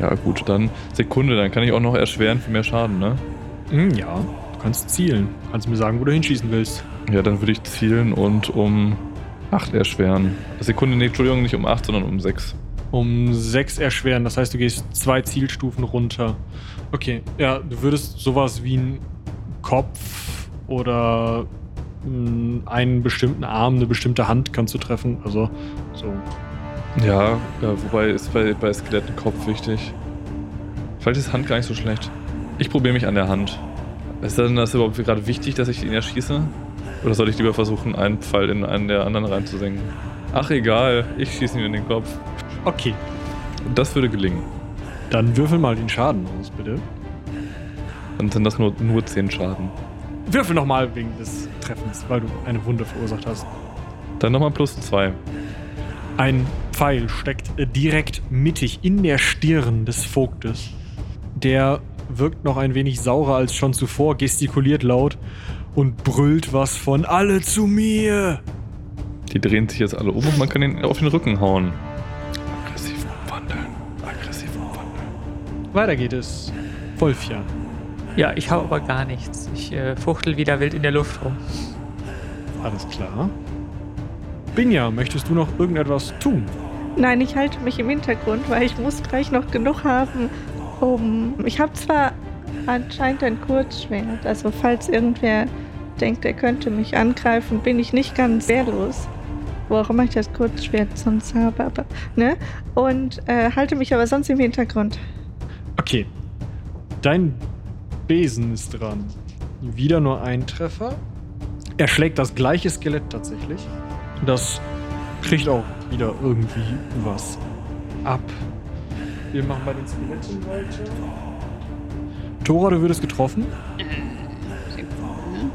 S2: Ja, gut, dann Sekunde, dann kann ich auch noch erschweren für mehr Schaden, ne?
S7: Hm, ja, du kannst zielen. Kannst mir sagen, wo du hinschießen willst.
S2: Ja, dann würde ich zielen und um 8 erschweren. Sekunde, nee, Entschuldigung, nicht um 8, sondern um 6.
S7: Um sechs erschweren. Das heißt, du gehst zwei Zielstufen runter. Okay, ja, du würdest sowas wie einen Kopf oder mh, einen bestimmten Arm, eine bestimmte Hand kannst du treffen. Also so.
S2: Ja, ja wobei ist bei, bei Skeletten Kopf wichtig. Vielleicht ist Hand gar nicht so schlecht. Ich probiere mich an der Hand. Ist denn das überhaupt gerade wichtig, dass ich ihn erschieße? Oder soll ich lieber versuchen, einen Pfeil in einen der anderen reinzusenken? Ach, egal, ich schieße ihn in den Kopf.
S7: Okay,
S2: Das würde gelingen.
S7: dann würfel mal den Schaden aus, bitte.
S2: Dann sind das nur, nur 10 Schaden.
S7: Würfel nochmal wegen des Treffens, weil du eine Wunde verursacht hast.
S2: Dann nochmal plus 2.
S7: Ein Pfeil steckt äh, direkt mittig in der Stirn des Vogtes. Der wirkt noch ein wenig saurer als schon zuvor, gestikuliert laut und brüllt was von Alle zu mir!
S2: Die drehen sich jetzt alle um und man kann ihn auf den Rücken hauen. Aggressiv umwandeln. Aggressiv umwandeln.
S7: Weiter geht es. Wolfjan.
S4: Ja, ich hau aber gar nichts. Ich äh, fuchtel wieder wild in der Luft rum.
S7: Alles klar. Binja, möchtest du noch irgendetwas tun?
S5: Nein, ich halte mich im Hintergrund, weil ich muss gleich noch genug haben, um... Ich habe zwar anscheinend ein Kurzschwert, also falls irgendwer denkt, er könnte mich angreifen, bin ich nicht ganz wehrlos. Wo auch immer ich das Kurzschwert sonst habe, aber... Ne? Und äh, halte mich aber sonst im Hintergrund.
S7: Okay. Dein Besen ist dran. Wieder nur ein Treffer. Er schlägt das gleiche Skelett tatsächlich. Das kriegt auch wieder irgendwie was ab. Wir machen bei den Skeletten weiter. Tora, du würdest getroffen.
S6: Sekunde.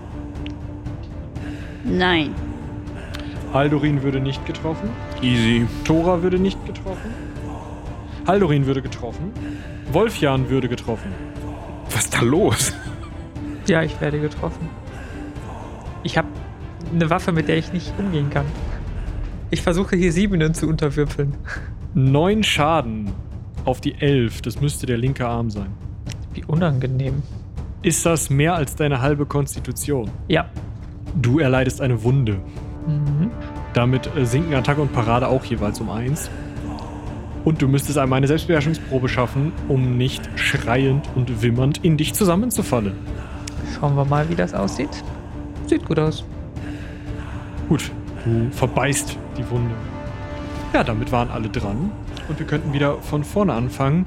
S6: Nein.
S7: Haldorin würde nicht getroffen.
S3: Easy.
S7: Tora würde nicht getroffen. Haldorin würde getroffen. Wolfjan würde getroffen.
S3: Was ist da los?
S4: Ja, ich werde getroffen. Ich habe eine Waffe, mit der ich nicht umgehen kann. Ich versuche hier Siebenen zu unterwürfeln.
S7: Neun Schaden auf die Elf. Das müsste der linke Arm sein.
S4: Wie unangenehm.
S7: Ist das mehr als deine halbe Konstitution?
S4: Ja.
S7: Du erleidest eine Wunde.
S4: Mhm.
S7: Damit äh, sinken Attacke und Parade auch jeweils um eins. Und du müsstest einmal eine Selbstbeherrschungsprobe schaffen, um nicht schreiend und wimmernd in dich zusammenzufallen.
S4: Schauen wir mal, wie das aussieht. Sieht gut aus.
S7: Gut, du verbeißt die Wunde. Ja, damit waren alle dran. Und wir könnten wieder von vorne anfangen,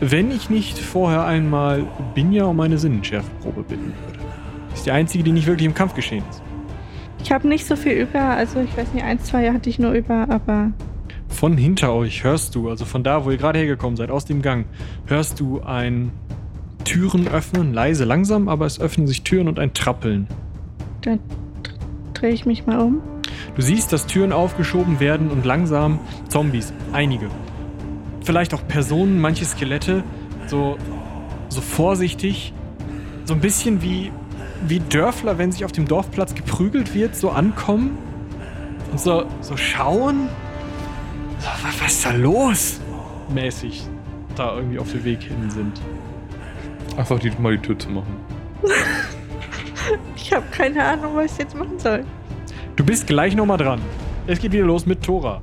S7: wenn ich nicht vorher einmal Binja um eine Sinnenschärfeprobe bitten würde. Ist die einzige, die nicht wirklich im Kampf geschehen ist.
S5: Ich habe nicht so viel über, also ich weiß nicht, ein, zwei hatte ich nur über, aber
S7: Von hinter euch hörst du, also von da, wo ihr gerade hergekommen seid, aus dem Gang, hörst du ein Türen öffnen, leise, langsam, aber es öffnen sich Türen und ein Trappeln.
S5: dann drehe ich mich mal um.
S7: Du siehst, dass Türen aufgeschoben werden und langsam Zombies, einige. Vielleicht auch Personen, manche Skelette, so, so vorsichtig, so ein bisschen wie, wie Dörfler, wenn sich auf dem Dorfplatz geprügelt wird, so ankommen und so, so schauen. So, wa- was ist da los? Mäßig da irgendwie auf dem Weg hin sind.
S2: Einfach die, mal die Tür zu machen.
S5: Ich habe keine Ahnung, was ich jetzt machen soll.
S7: Du bist gleich nochmal dran. Es geht wieder los mit Tora.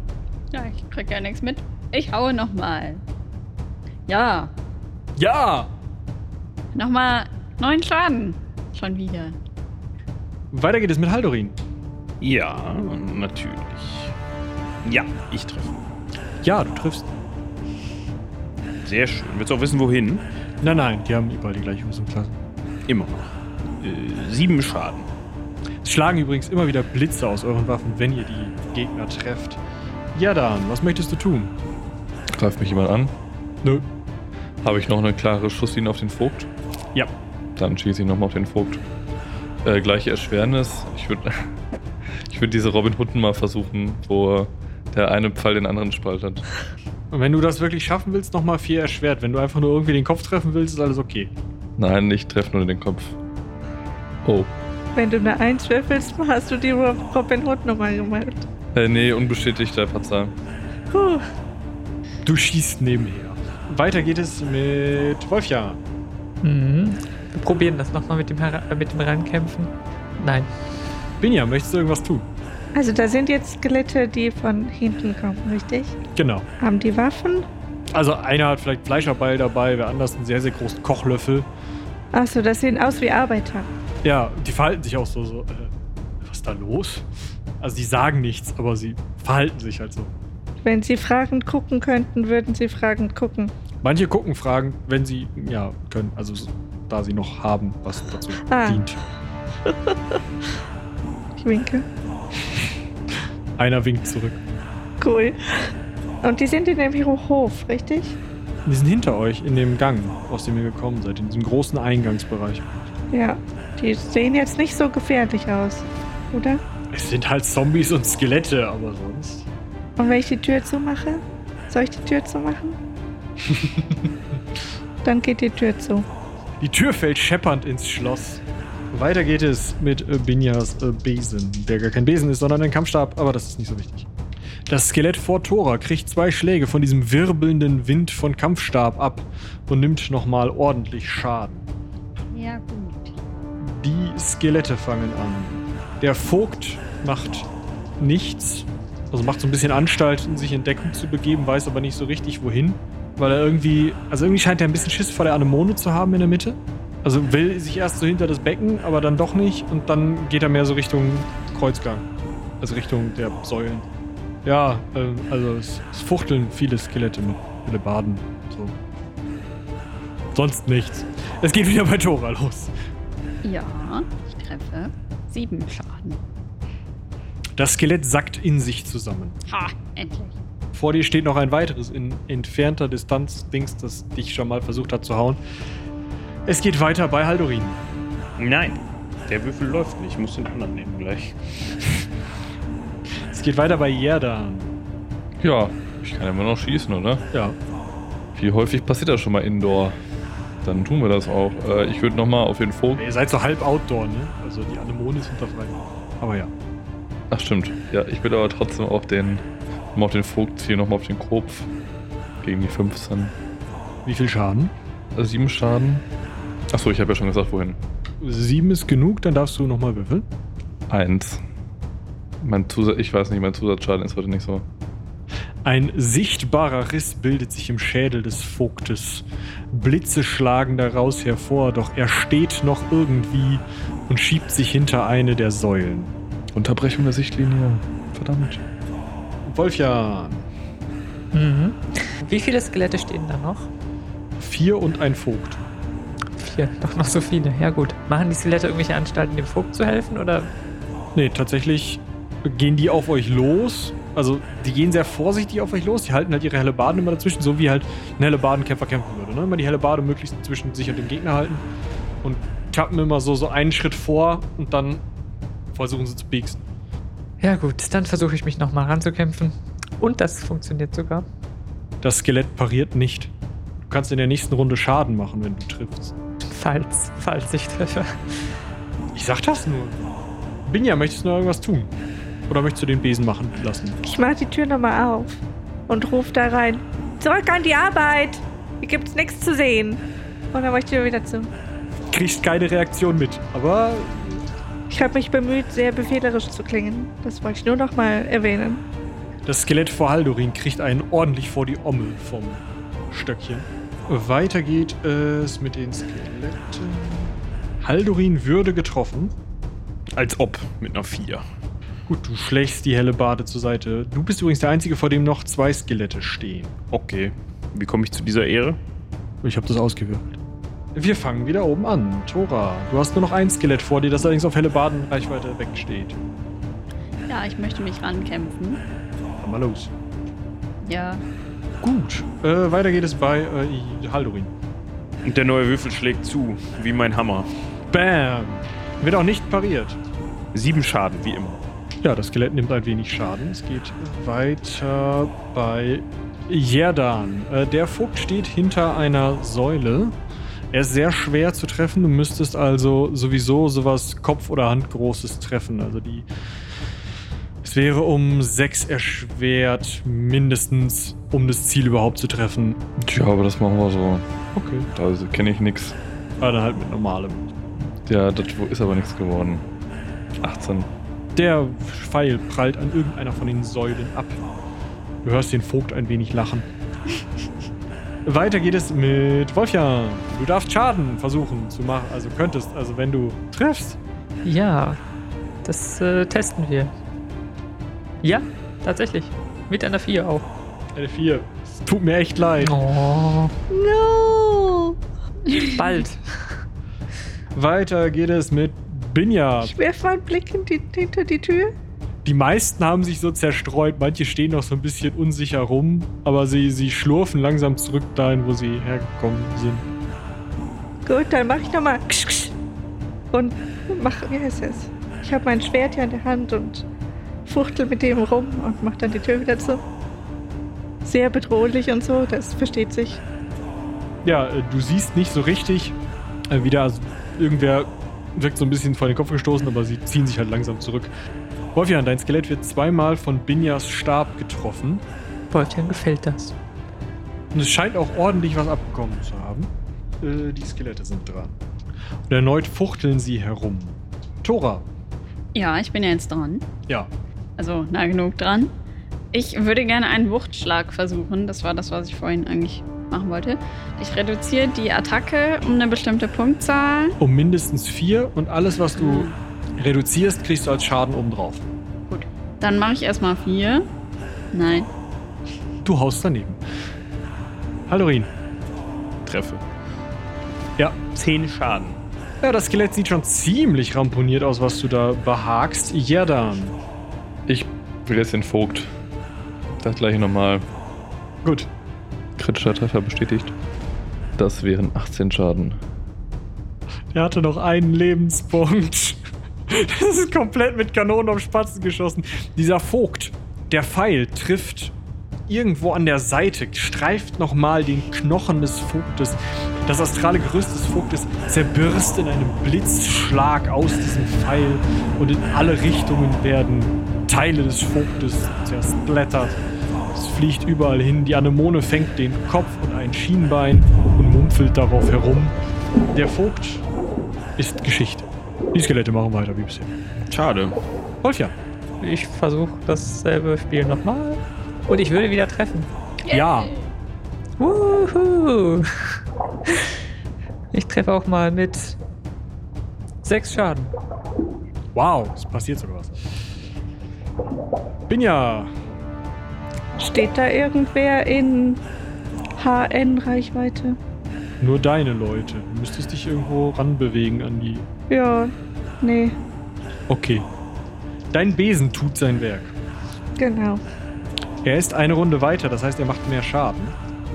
S6: Ja, ich krieg ja nichts mit. Ich haue nochmal. Ja,
S7: Ja!
S6: nochmal neun Schaden. Schon wieder.
S7: Weiter geht es mit Haldorin.
S3: Ja, natürlich. Ja, ich treffe.
S7: Ja, du triffst.
S8: Sehr schön. Willst du auch wissen, wohin?
S7: Nein, nein, die haben überall die gleiche Rüstungsklasse.
S8: Immer noch. Äh, sieben Schaden.
S7: Es schlagen übrigens immer wieder Blitze aus euren Waffen, wenn ihr die Gegner trefft. Ja, dann, was möchtest du tun?
S2: Greift mich jemand an?
S7: Nö.
S2: Habe ich noch eine klare Schusslinie auf den Vogt?
S7: Ja.
S2: Dann schieße ich nochmal auf den Vogt. Äh, gleiche Erschwernis. Ich würde ich würd diese Robin Hood mal versuchen, wo der eine Pfeil den anderen spaltet.
S7: Und wenn du das wirklich schaffen willst, nochmal vier erschwert. Wenn du einfach nur irgendwie den Kopf treffen willst, ist alles okay.
S2: Nein, ich treffe nur in den Kopf. Oh.
S5: Wenn du eine Eins würfelst, hast du die Ro- Robin Hood nochmal gemacht.
S2: Äh, nee, unbestätigter Patzer.
S5: Puh.
S7: Du schießt nebenher. Weiter geht es mit Wolfja.
S4: Mhm. Wir probieren das nochmal mit dem, Hera- äh, mit dem Rankämpfen. Nein.
S7: Binja, möchtest du irgendwas tun?
S5: Also da sind jetzt Skelette, die von hinten kommen, richtig?
S7: Genau.
S5: Haben die Waffen?
S7: Also einer hat vielleicht Fleischerbeil dabei, wer anders einen sehr, sehr großen Kochlöffel.
S5: Achso, das sehen aus wie Arbeiter.
S7: Ja, die verhalten sich auch so, so äh, was ist da los? Also die sagen nichts, aber sie verhalten sich halt so.
S5: Wenn sie fragend gucken könnten, würden sie fragend gucken.
S7: Manche gucken Fragen, wenn sie, ja, können, also s- da sie noch haben, was dazu
S5: Ah.
S7: dient.
S5: Ich winke.
S7: Einer winkt zurück.
S5: Cool. Und die sind in dem Hof, richtig?
S7: Die sind hinter euch in dem Gang, aus dem ihr gekommen seid, in diesem großen Eingangsbereich.
S5: Ja. Die sehen jetzt nicht so gefährlich aus, oder?
S7: Es sind halt Zombies und Skelette, aber sonst.
S5: Und wenn ich die Tür zumache? Soll ich die Tür zumachen? Dann geht die Tür zu.
S7: Die Tür fällt scheppernd ins Schloss. Weiter geht es mit äh, Binjas äh, Besen, der gar kein Besen ist, sondern ein Kampfstab, aber das ist nicht so wichtig. Das Skelett vor Tora kriegt zwei Schläge von diesem wirbelnden Wind von Kampfstab ab und nimmt nochmal ordentlich Schaden.
S9: Ja, gut.
S7: Die Skelette fangen an. Der Vogt macht nichts, also macht so ein bisschen Anstalten, sich in Deckung zu begeben, weiß aber nicht so richtig wohin, weil er irgendwie, also irgendwie scheint er ein bisschen Schiss vor der Anemone zu haben in der Mitte. Also will sich erst so hinter das Becken, aber dann doch nicht und dann geht er mehr so Richtung Kreuzgang, also Richtung der Säulen. Ja, ähm, also es, es fuchteln viele Skelette mit, viele Baden, so. Sonst nichts. Es geht wieder bei Tora los.
S9: Ja, ich treffe. Sieben Schaden.
S7: Das Skelett sackt in sich zusammen.
S9: Ha, endlich.
S7: Vor dir steht noch ein weiteres in entfernter Distanz Dings, das dich schon mal versucht hat zu hauen. Es geht weiter bei Haldorin.
S8: Nein. Der Würfel läuft nicht. Ich muss den anderen nehmen gleich.
S7: Es geht weiter bei Jerdan.
S2: Ja, ich kann immer noch schießen, oder?
S7: Ja.
S2: Wie häufig passiert das schon mal indoor? Dann tun wir das auch. Äh, ich würde nochmal auf den Vogt.
S7: Ihr seid so halb outdoor, ne? Also die Anemone ist hinterfrei. Aber ja.
S2: Ach, stimmt. Ja, ich würde aber trotzdem auf den, mal auf den Vogt ziehen, nochmal auf den Kopf. Gegen die 15.
S7: Wie viel Schaden?
S2: Äh, Sieben Schaden. Achso, ich habe ja schon gesagt, wohin.
S7: Sieben ist genug, dann darfst du nochmal würfeln.
S2: Eins. Mein Zusatz, ich weiß nicht, mein Zusatzschaden ist heute nicht so.
S7: Ein sichtbarer Riss bildet sich im Schädel des Vogtes. Blitze schlagen daraus hervor, doch er steht noch irgendwie und schiebt sich hinter eine der Säulen.
S2: Unterbrechung der Sichtlinie. Verdammt.
S7: Wolfjan.
S4: Mhm. Wie viele Skelette stehen da noch?
S7: Vier und ein Vogt.
S4: Vier. Doch noch so viele. Ja, gut. Machen die Skelette irgendwelche Anstalten, dem Vogt zu helfen? Oder
S7: Nee, tatsächlich gehen die auf euch los. Also, die gehen sehr vorsichtig auf euch los. Die halten halt ihre Hellebarden immer dazwischen, so wie halt ein Hellebardenkämpfer kämpfen würde. Ne? Immer die Hellebarde möglichst zwischen sich und dem Gegner halten. Und tappen immer so, so einen Schritt vor und dann versuchen sie zu pieksen.
S4: Ja gut, dann versuche ich mich nochmal ranzukämpfen. Und das funktioniert sogar.
S7: Das Skelett pariert nicht. Du kannst in der nächsten Runde Schaden machen, wenn du triffst.
S4: Falls, falls ich treffe.
S7: Ich sag das nur. Binja, möchtest du noch irgendwas tun? Oder möchtest du den Besen machen lassen?
S5: Ich mach die Tür nochmal auf und ruf da rein. Zurück an die Arbeit! Hier gibt's nichts zu sehen. Und dann mach ich die Tür wieder zu.
S7: Kriegst keine Reaktion mit, aber
S5: Ich habe mich bemüht, sehr befehlerisch zu klingen. Das wollte ich nur noch mal erwähnen.
S7: Das Skelett vor Haldorin kriegt einen ordentlich vor die Ommel vom Stöckchen. Weiter geht es mit den Skeletten. Haldorin würde getroffen.
S8: Als ob. Mit einer vier.
S7: Gut, du schlägst die helle Bade zur Seite. Du bist übrigens der Einzige, vor dem noch zwei Skelette stehen.
S8: Okay. Wie komme ich zu dieser Ehre?
S7: Ich habe das ausgewürfelt. Wir fangen wieder oben an. Tora, du hast nur noch ein Skelett vor dir, das allerdings auf helle Badenreichweite wegsteht.
S9: Ja, ich möchte mich rankämpfen.
S7: Dann mal los.
S9: Ja.
S7: Gut, äh, weiter geht es bei äh, Haldorin.
S8: Und der neue Würfel schlägt zu, wie mein Hammer.
S7: Bam! Wird auch nicht pariert.
S8: Sieben Schaden, wie immer.
S7: Ja, das Skelett nimmt ein wenig Schaden. Es geht weiter bei Jerdan. Äh, der Vogt steht hinter einer Säule. Er ist sehr schwer zu treffen. Du müsstest also sowieso sowas Kopf- oder Handgroßes treffen. Also die. Es wäre um sechs erschwert, mindestens, um das Ziel überhaupt zu treffen.
S2: Tja, aber das machen wir so.
S7: Okay.
S2: Da kenne ich nix.
S7: Ah, dann halt mit normalem.
S2: Ja, das ist aber nichts geworden. 18.
S7: Der Pfeil prallt an irgendeiner von den Säulen ab. Du hörst den Vogt ein wenig lachen. Weiter geht es mit Wolfjan. Du darfst Schaden versuchen zu machen. Also könntest, also wenn du triffst.
S4: Ja, das äh, testen wir. Ja, tatsächlich. Mit einer 4 auch.
S7: Eine 4. Es tut mir echt leid.
S4: Oh,
S5: No!
S4: bald.
S7: Weiter geht es mit Binja.
S5: Ich werf mal einen Blick in die, hinter die Tür.
S7: Die meisten haben sich so zerstreut. Manche stehen noch so ein bisschen unsicher rum. Aber sie, sie schlurfen langsam zurück dahin, wo sie hergekommen sind.
S5: Gut, dann mach ich nochmal. ksch, ksch. Und mach, wie heißt es? Ich habe mein Schwert ja in der Hand und fuchtel mit dem rum und mach dann die Tür wieder zu. Sehr bedrohlich und so, das versteht sich.
S7: Ja, äh, du siehst nicht so richtig, äh, wie da s- irgendwer wirkt so ein bisschen vor den Kopf gestoßen, aber sie ziehen sich halt langsam zurück. Wolfian, dein Skelett wird zweimal von Binjas Stab getroffen.
S4: Wolfgang gefällt das.
S7: Und es scheint auch ordentlich was abbekommen zu haben. Äh, die Skelette sind dran. Und erneut fuchteln sie herum. Tora.
S9: Ja, ich bin ja jetzt dran.
S7: Ja.
S9: Also nah genug dran. Ich würde gerne einen Wuchtschlag versuchen. Das war das, was ich vorhin eigentlich machen wollte. Ich reduziere die Attacke um eine bestimmte Punktzahl.
S7: Um mindestens vier und alles, was du reduzierst, kriegst du als Schaden obendrauf.
S9: Dann mache ich erstmal vier. Nein.
S7: Du haust daneben. Hallorin.
S8: Treffe.
S7: Ja,
S8: Zehn Schaden.
S7: Ja, das Skelett sieht schon ziemlich ramponiert aus, was du da behagst. Jerdan.
S2: Ich will jetzt den Vogt. Das gleiche nochmal.
S7: Gut.
S2: Kritischer Treffer bestätigt. Das wären 18 Schaden.
S7: Er hatte noch einen Lebenspunkt. Das ist komplett mit Kanonen auf Spatzen geschossen. Dieser Vogt, der Pfeil trifft irgendwo an der Seite, streift nochmal den Knochen des Vogtes. Das astrale Gerüst des Vogtes zerbirst in einem Blitzschlag aus diesem Pfeil und in alle Richtungen werden Teile des Vogtes zersplattert. Es fliegt überall hin. Die Anemone fängt den Kopf und ein Schienbein und mumpfelt darauf herum. Der Vogt ist Geschichte. Die Skelette machen weiter wie bisher.
S8: Schade.
S7: Wolfja.
S4: Ich versuche dasselbe Spiel nochmal. Und ich würde wieder treffen.
S7: Ja.
S4: Wuhu. Ich treffe auch mal mit sechs Schaden.
S7: Wow, es passiert sogar was. Binja.
S5: Steht da irgendwer in HN-Reichweite?
S7: Nur deine Leute. Du müsstest dich irgendwo ranbewegen an die.
S5: Ja, nee,
S7: Okay. Dein Besen tut sein Werk.
S5: genau.
S7: Er ist eine Runde weiter, das heißt, er macht mehr Schaden.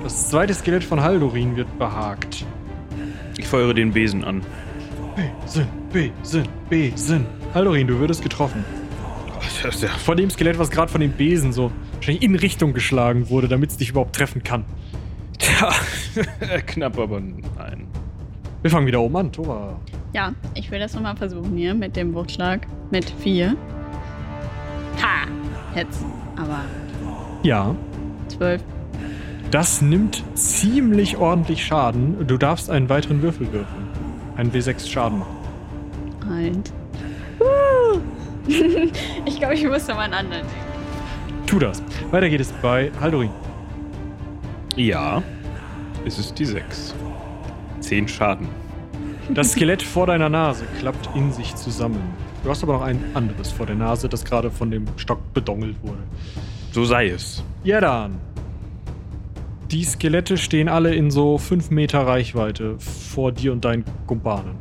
S7: Das zweite Skelett von Haldorin wird behagt.
S8: Ich feuere den Besen an.
S7: Besen, Besen, Besen. Haldorin, du würdest getroffen. Von dem Skelett, was gerade von dem Besen so wahrscheinlich in Richtung geschlagen wurde, damit es dich überhaupt treffen kann.
S8: Tja, knapp, aber nein.
S7: Wir fangen wieder oben an, Tora.
S9: Ja, ich will das nochmal versuchen hier mit dem Wuchtschlag. Mit vier. Ha! Jetzt. Aber
S7: Ja.
S9: zwölf.
S7: Das nimmt ziemlich ordentlich Schaden. Du darfst einen weiteren Würfel würfeln. Einen W6 Schaden machen.
S9: Eins. ich glaube, ich muss nochmal einen anderen nehmen.
S7: Tu das. Weiter geht es bei Haldorin.
S8: Ja. Es ist die 6. 10 Schaden.
S7: Das Skelett vor deiner Nase klappt in sich zusammen. Du hast aber noch ein anderes vor der Nase, das gerade von dem Stock bedongelt wurde.
S8: So sei es.
S7: Ja dann. Die Skelette stehen alle in so 5 Meter Reichweite vor dir und deinen Kumpanen.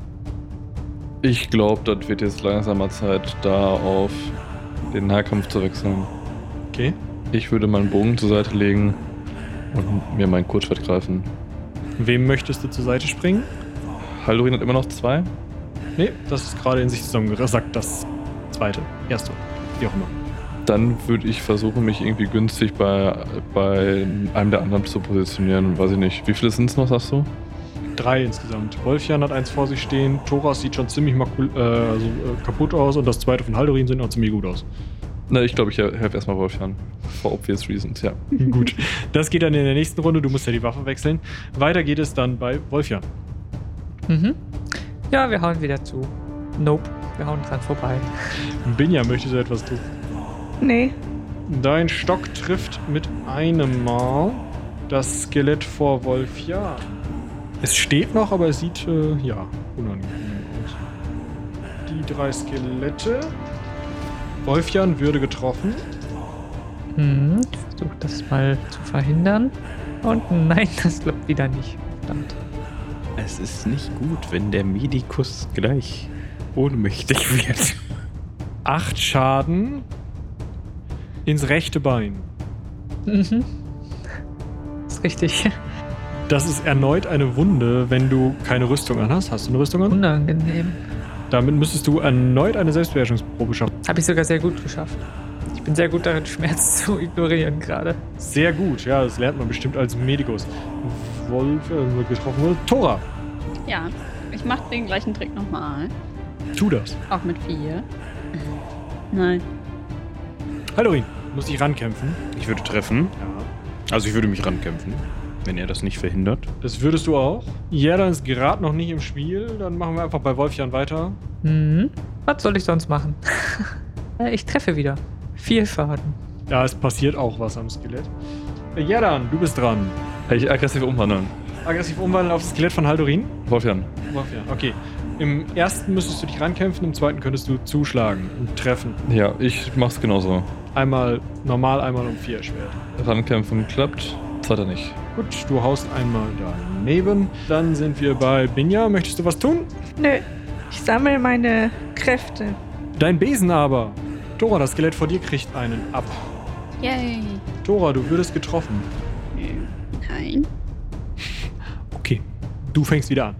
S2: Ich glaube, das wird jetzt langsamer Zeit, da auf den Nahkampf zu wechseln.
S7: Okay.
S2: Ich würde meinen Bogen zur Seite legen und mir mein Kurzschwert greifen.
S7: Wem möchtest du zur Seite springen?
S2: Haldorin hat immer noch zwei.
S7: Nee, das ist gerade in sich zusammengesackt, das zweite, erste, wie auch immer.
S2: Dann würde ich versuchen, mich irgendwie günstig bei, bei einem der anderen zu positionieren. Weiß ich nicht. Wie viele sind es noch, sagst du?
S7: Drei insgesamt. Wolfjan hat eins vor sich stehen, Thoras sieht schon ziemlich makul äh, also, äh, kaputt aus und das zweite von Haldorin sieht auch ziemlich gut aus.
S2: Na, ich glaube, ich hel- helfe erstmal Wolfjan. For obvious reasons, ja.
S7: gut, das geht dann in der nächsten Runde, du musst ja die Waffe wechseln. Weiter geht es dann bei Wolfjan.
S4: Mhm. Ja, wir hauen wieder zu. Nope, wir hauen dran vorbei.
S7: Binja, möchtest du etwas tun?
S5: Nee.
S7: Dein Stock trifft mit einem Mal das Skelett vor Wolf, ja. Es steht noch, aber es sieht, äh, ja, unangenehm aus. Die drei Skelette. Wolfjan würde getroffen.
S4: Mhm. Ich versuche das mal zu verhindern. Und nein, das klappt wieder nicht. Verdammt.
S3: Es ist nicht gut, wenn der Medikus gleich ohnmächtig wird.
S7: Acht Schaden ins rechte Bein.
S4: Mhm. Ist richtig.
S7: Das ist erneut eine Wunde, wenn du keine Rüstung an hast. Hast du eine Rüstung an?
S4: Unangenehm.
S7: Damit müsstest du erneut eine Selbstbeherrschungsprobe schaffen.
S4: Habe ich sogar sehr gut geschafft. Ich bin sehr gut darin, Schmerz zu ignorieren gerade.
S7: Sehr gut, ja, das lernt man bestimmt als Medikus. Wolf äh, getroffen wurde. Tora,
S9: Ja, ich mache den gleichen Trick nochmal.
S7: tu das.
S9: Auch mit vier. Nein.
S7: Hallorin, muss dich rankämpfen.
S3: Ich würde treffen. Also ich würde mich rankämpfen, wenn er das nicht verhindert.
S7: Das würdest du auch. Ja, dann ist gerade noch nicht im Spiel. Dann machen wir einfach bei Wolfjan weiter.
S4: Mhm. Was soll ich sonst machen? Äh, ich treffe wieder. Viel Schaden.
S7: Ja, es passiert auch was am Skelett. Äh, Ja, dann, du bist dran.
S2: Ich aggressiv umwandeln.
S7: Aggressiv umwandeln auf das Skelett von Haldorin.
S2: Wolfjan.
S7: Wolfjan, okay. Im ersten müsstest du dich rankämpfen, im zweiten könntest du zuschlagen und treffen.
S2: Ja, ich mach's genauso.
S7: Einmal normal, einmal um vier Schwert.
S2: Rankämpfen klappt, das hat er nicht.
S7: Gut, du haust einmal daneben. Dann sind wir bei Binja. Möchtest du was tun?
S5: Nö. Ich sammle meine Kräfte.
S7: Dein Besen aber. Dora, das Skelett vor dir kriegt einen ab.
S9: Yay.
S7: Dora, du würdest getroffen.
S9: Nein.
S7: Okay. Du fängst wieder an.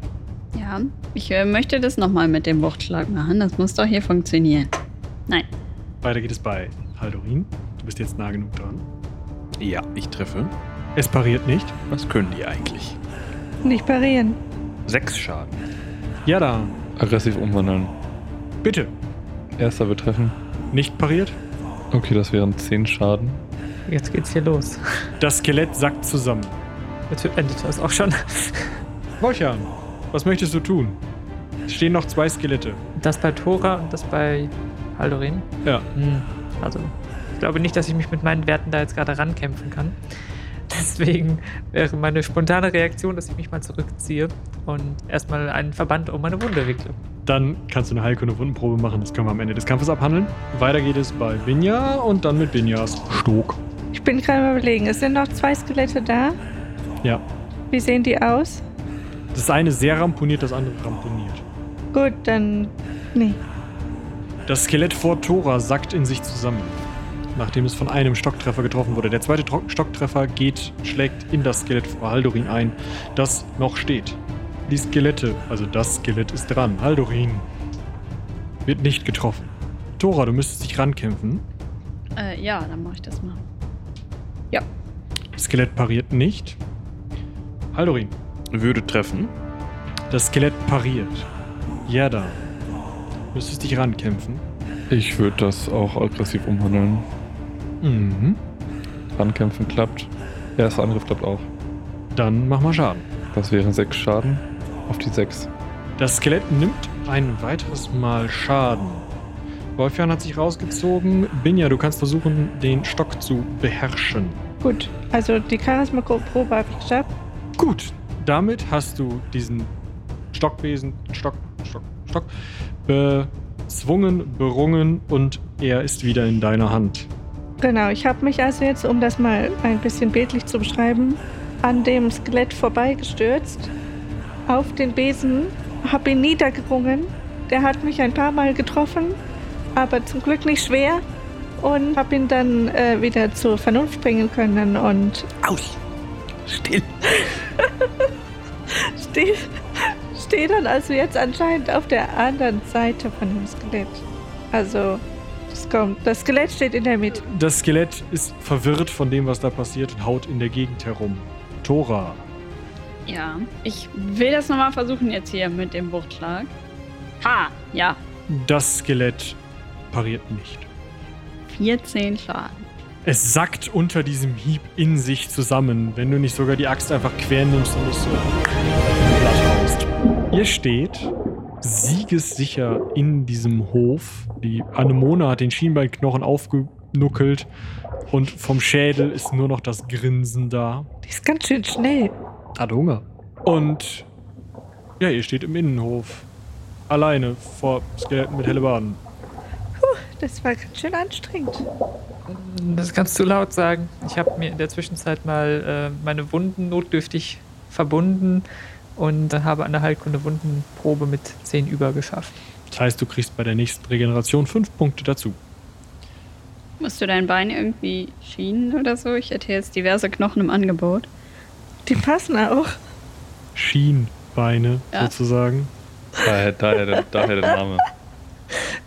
S9: Ja, ich äh, möchte das nochmal mit dem Wuchtschlag machen. Das muss doch hier funktionieren. Nein.
S7: Weiter geht es bei Haldorin. Du bist jetzt nah genug dran.
S3: Ja, ich treffe.
S7: Es pariert nicht.
S3: Was können die eigentlich?
S5: Nicht parieren.
S3: Sechs Schaden.
S7: Ja, da.
S2: Aggressiv umwandeln.
S7: Bitte.
S2: Erster wird treffen.
S7: Nicht pariert.
S2: Okay, das wären 10 Schaden.
S4: Jetzt geht's hier los.
S7: Das Skelett sackt zusammen.
S4: Jetzt endet das auch schon.
S7: Wolfjan, was möchtest du tun? Es stehen noch zwei Skelette.
S4: Das bei Tora und das bei Haldorin.
S7: Ja.
S4: Hm, Also, ich glaube nicht, dass ich mich mit meinen Werten da jetzt gerade rankämpfen kann. Deswegen wäre meine spontane Reaktion, dass ich mich mal zurückziehe und erstmal einen Verband um meine Wunde wickle.
S7: Dann kannst du eine Heilkunde Wundenprobe machen. Das können wir am Ende des Kampfes abhandeln. Weiter geht es bei Binja und dann mit Binjas Stock.
S5: Ich bin gerade mal überlegen. Es sind noch zwei Skelette da.
S7: Ja.
S5: Wie sehen die aus?
S7: Das eine sehr ramponiert, das andere ramponiert.
S5: Gut, dann. Nee.
S7: Das Skelett vor Tora sackt in sich zusammen, nachdem es von einem Stocktreffer getroffen wurde. Der zweite Tro- Stocktreffer geht, schlägt in das Skelett vor Haldorin ein, das noch steht. Die Skelette, also das Skelett ist dran. Haldorin wird nicht getroffen. Tora, du müsstest dich rankämpfen.
S9: Äh, ja, dann mache ich das mal.
S7: Das Skelett pariert nicht. Haldorin,
S3: Würde treffen.
S7: das Skelett pariert. Ja, da. Müsstest dich rankämpfen.
S2: Ich würde das auch aggressiv umwandeln.
S7: Mhm.
S2: Rankämpfen klappt. Erster Angriff klappt auch.
S7: Dann mach mal Schaden.
S2: Das wären 6 Schaden. Auf die 6.
S7: Das Skelett nimmt ein weiteres Mal Schaden. Wolfjan hat sich rausgezogen. Binja, du kannst versuchen, den Stock zu beherrschen.
S5: Gut. Also die Charisma-Probe habe ich geschafft.
S7: Gut, damit hast du diesen Stockbesen, Stock, Stock, Stock, bezwungen, berungen und er ist wieder in deiner Hand.
S5: Genau. Ich habe mich also jetzt, um das mal ein bisschen bildlich zu beschreiben, an dem Skelett vorbeigestürzt, auf den Besen, habe ihn niedergerungen. Der hat mich ein paar Mal getroffen, aber zum Glück nicht schwer und habe ihn dann äh, wieder zur Vernunft bringen können und
S3: Aus! Still!
S5: stehe steh dann also jetzt anscheinend auf der anderen Seite von dem Skelett. Also, das, kommt, das Skelett steht in der Mitte.
S7: Das Skelett ist verwirrt von dem, was da passiert und haut in der Gegend herum. Tora,
S9: Ja, ich will das nochmal versuchen jetzt hier mit dem Wuchtschlag. Ha, ja,
S7: das Skelett pariert nicht.
S9: 14 Schaden.
S7: Es sackt unter diesem Hieb in sich zusammen, wenn du nicht sogar die Axt einfach quer nimmst und nicht so platthaust. Ihr steht siegessicher in diesem Hof. Die Anemone hat den Schienbeinknochen aufgenuckelt und vom Schädel ist nur noch das Grinsen da.
S5: Die ist ganz schön schnell.
S7: Hat Hunger. Und ja, ihr steht im Innenhof. Alleine vor Skeletten mit Hellebarden.
S5: Das war ganz schön anstrengend.
S4: Das kannst du laut sagen. Ich habe mir in der Zwischenzeit mal äh, meine Wunden notdürftig verbunden und habe an der Heilkunde Wundenprobe mit 10 über geschafft.
S7: Das heißt, du kriegst bei der nächsten Regeneration fünf Punkte dazu.
S9: Musst du dein Bein irgendwie schienen oder so? Ich hätte jetzt diverse Knochen im Angebot.
S5: Die passen auch.
S7: Schienbeine
S9: Ja.
S7: sozusagen.
S2: Daher, daher, der- daher der Name.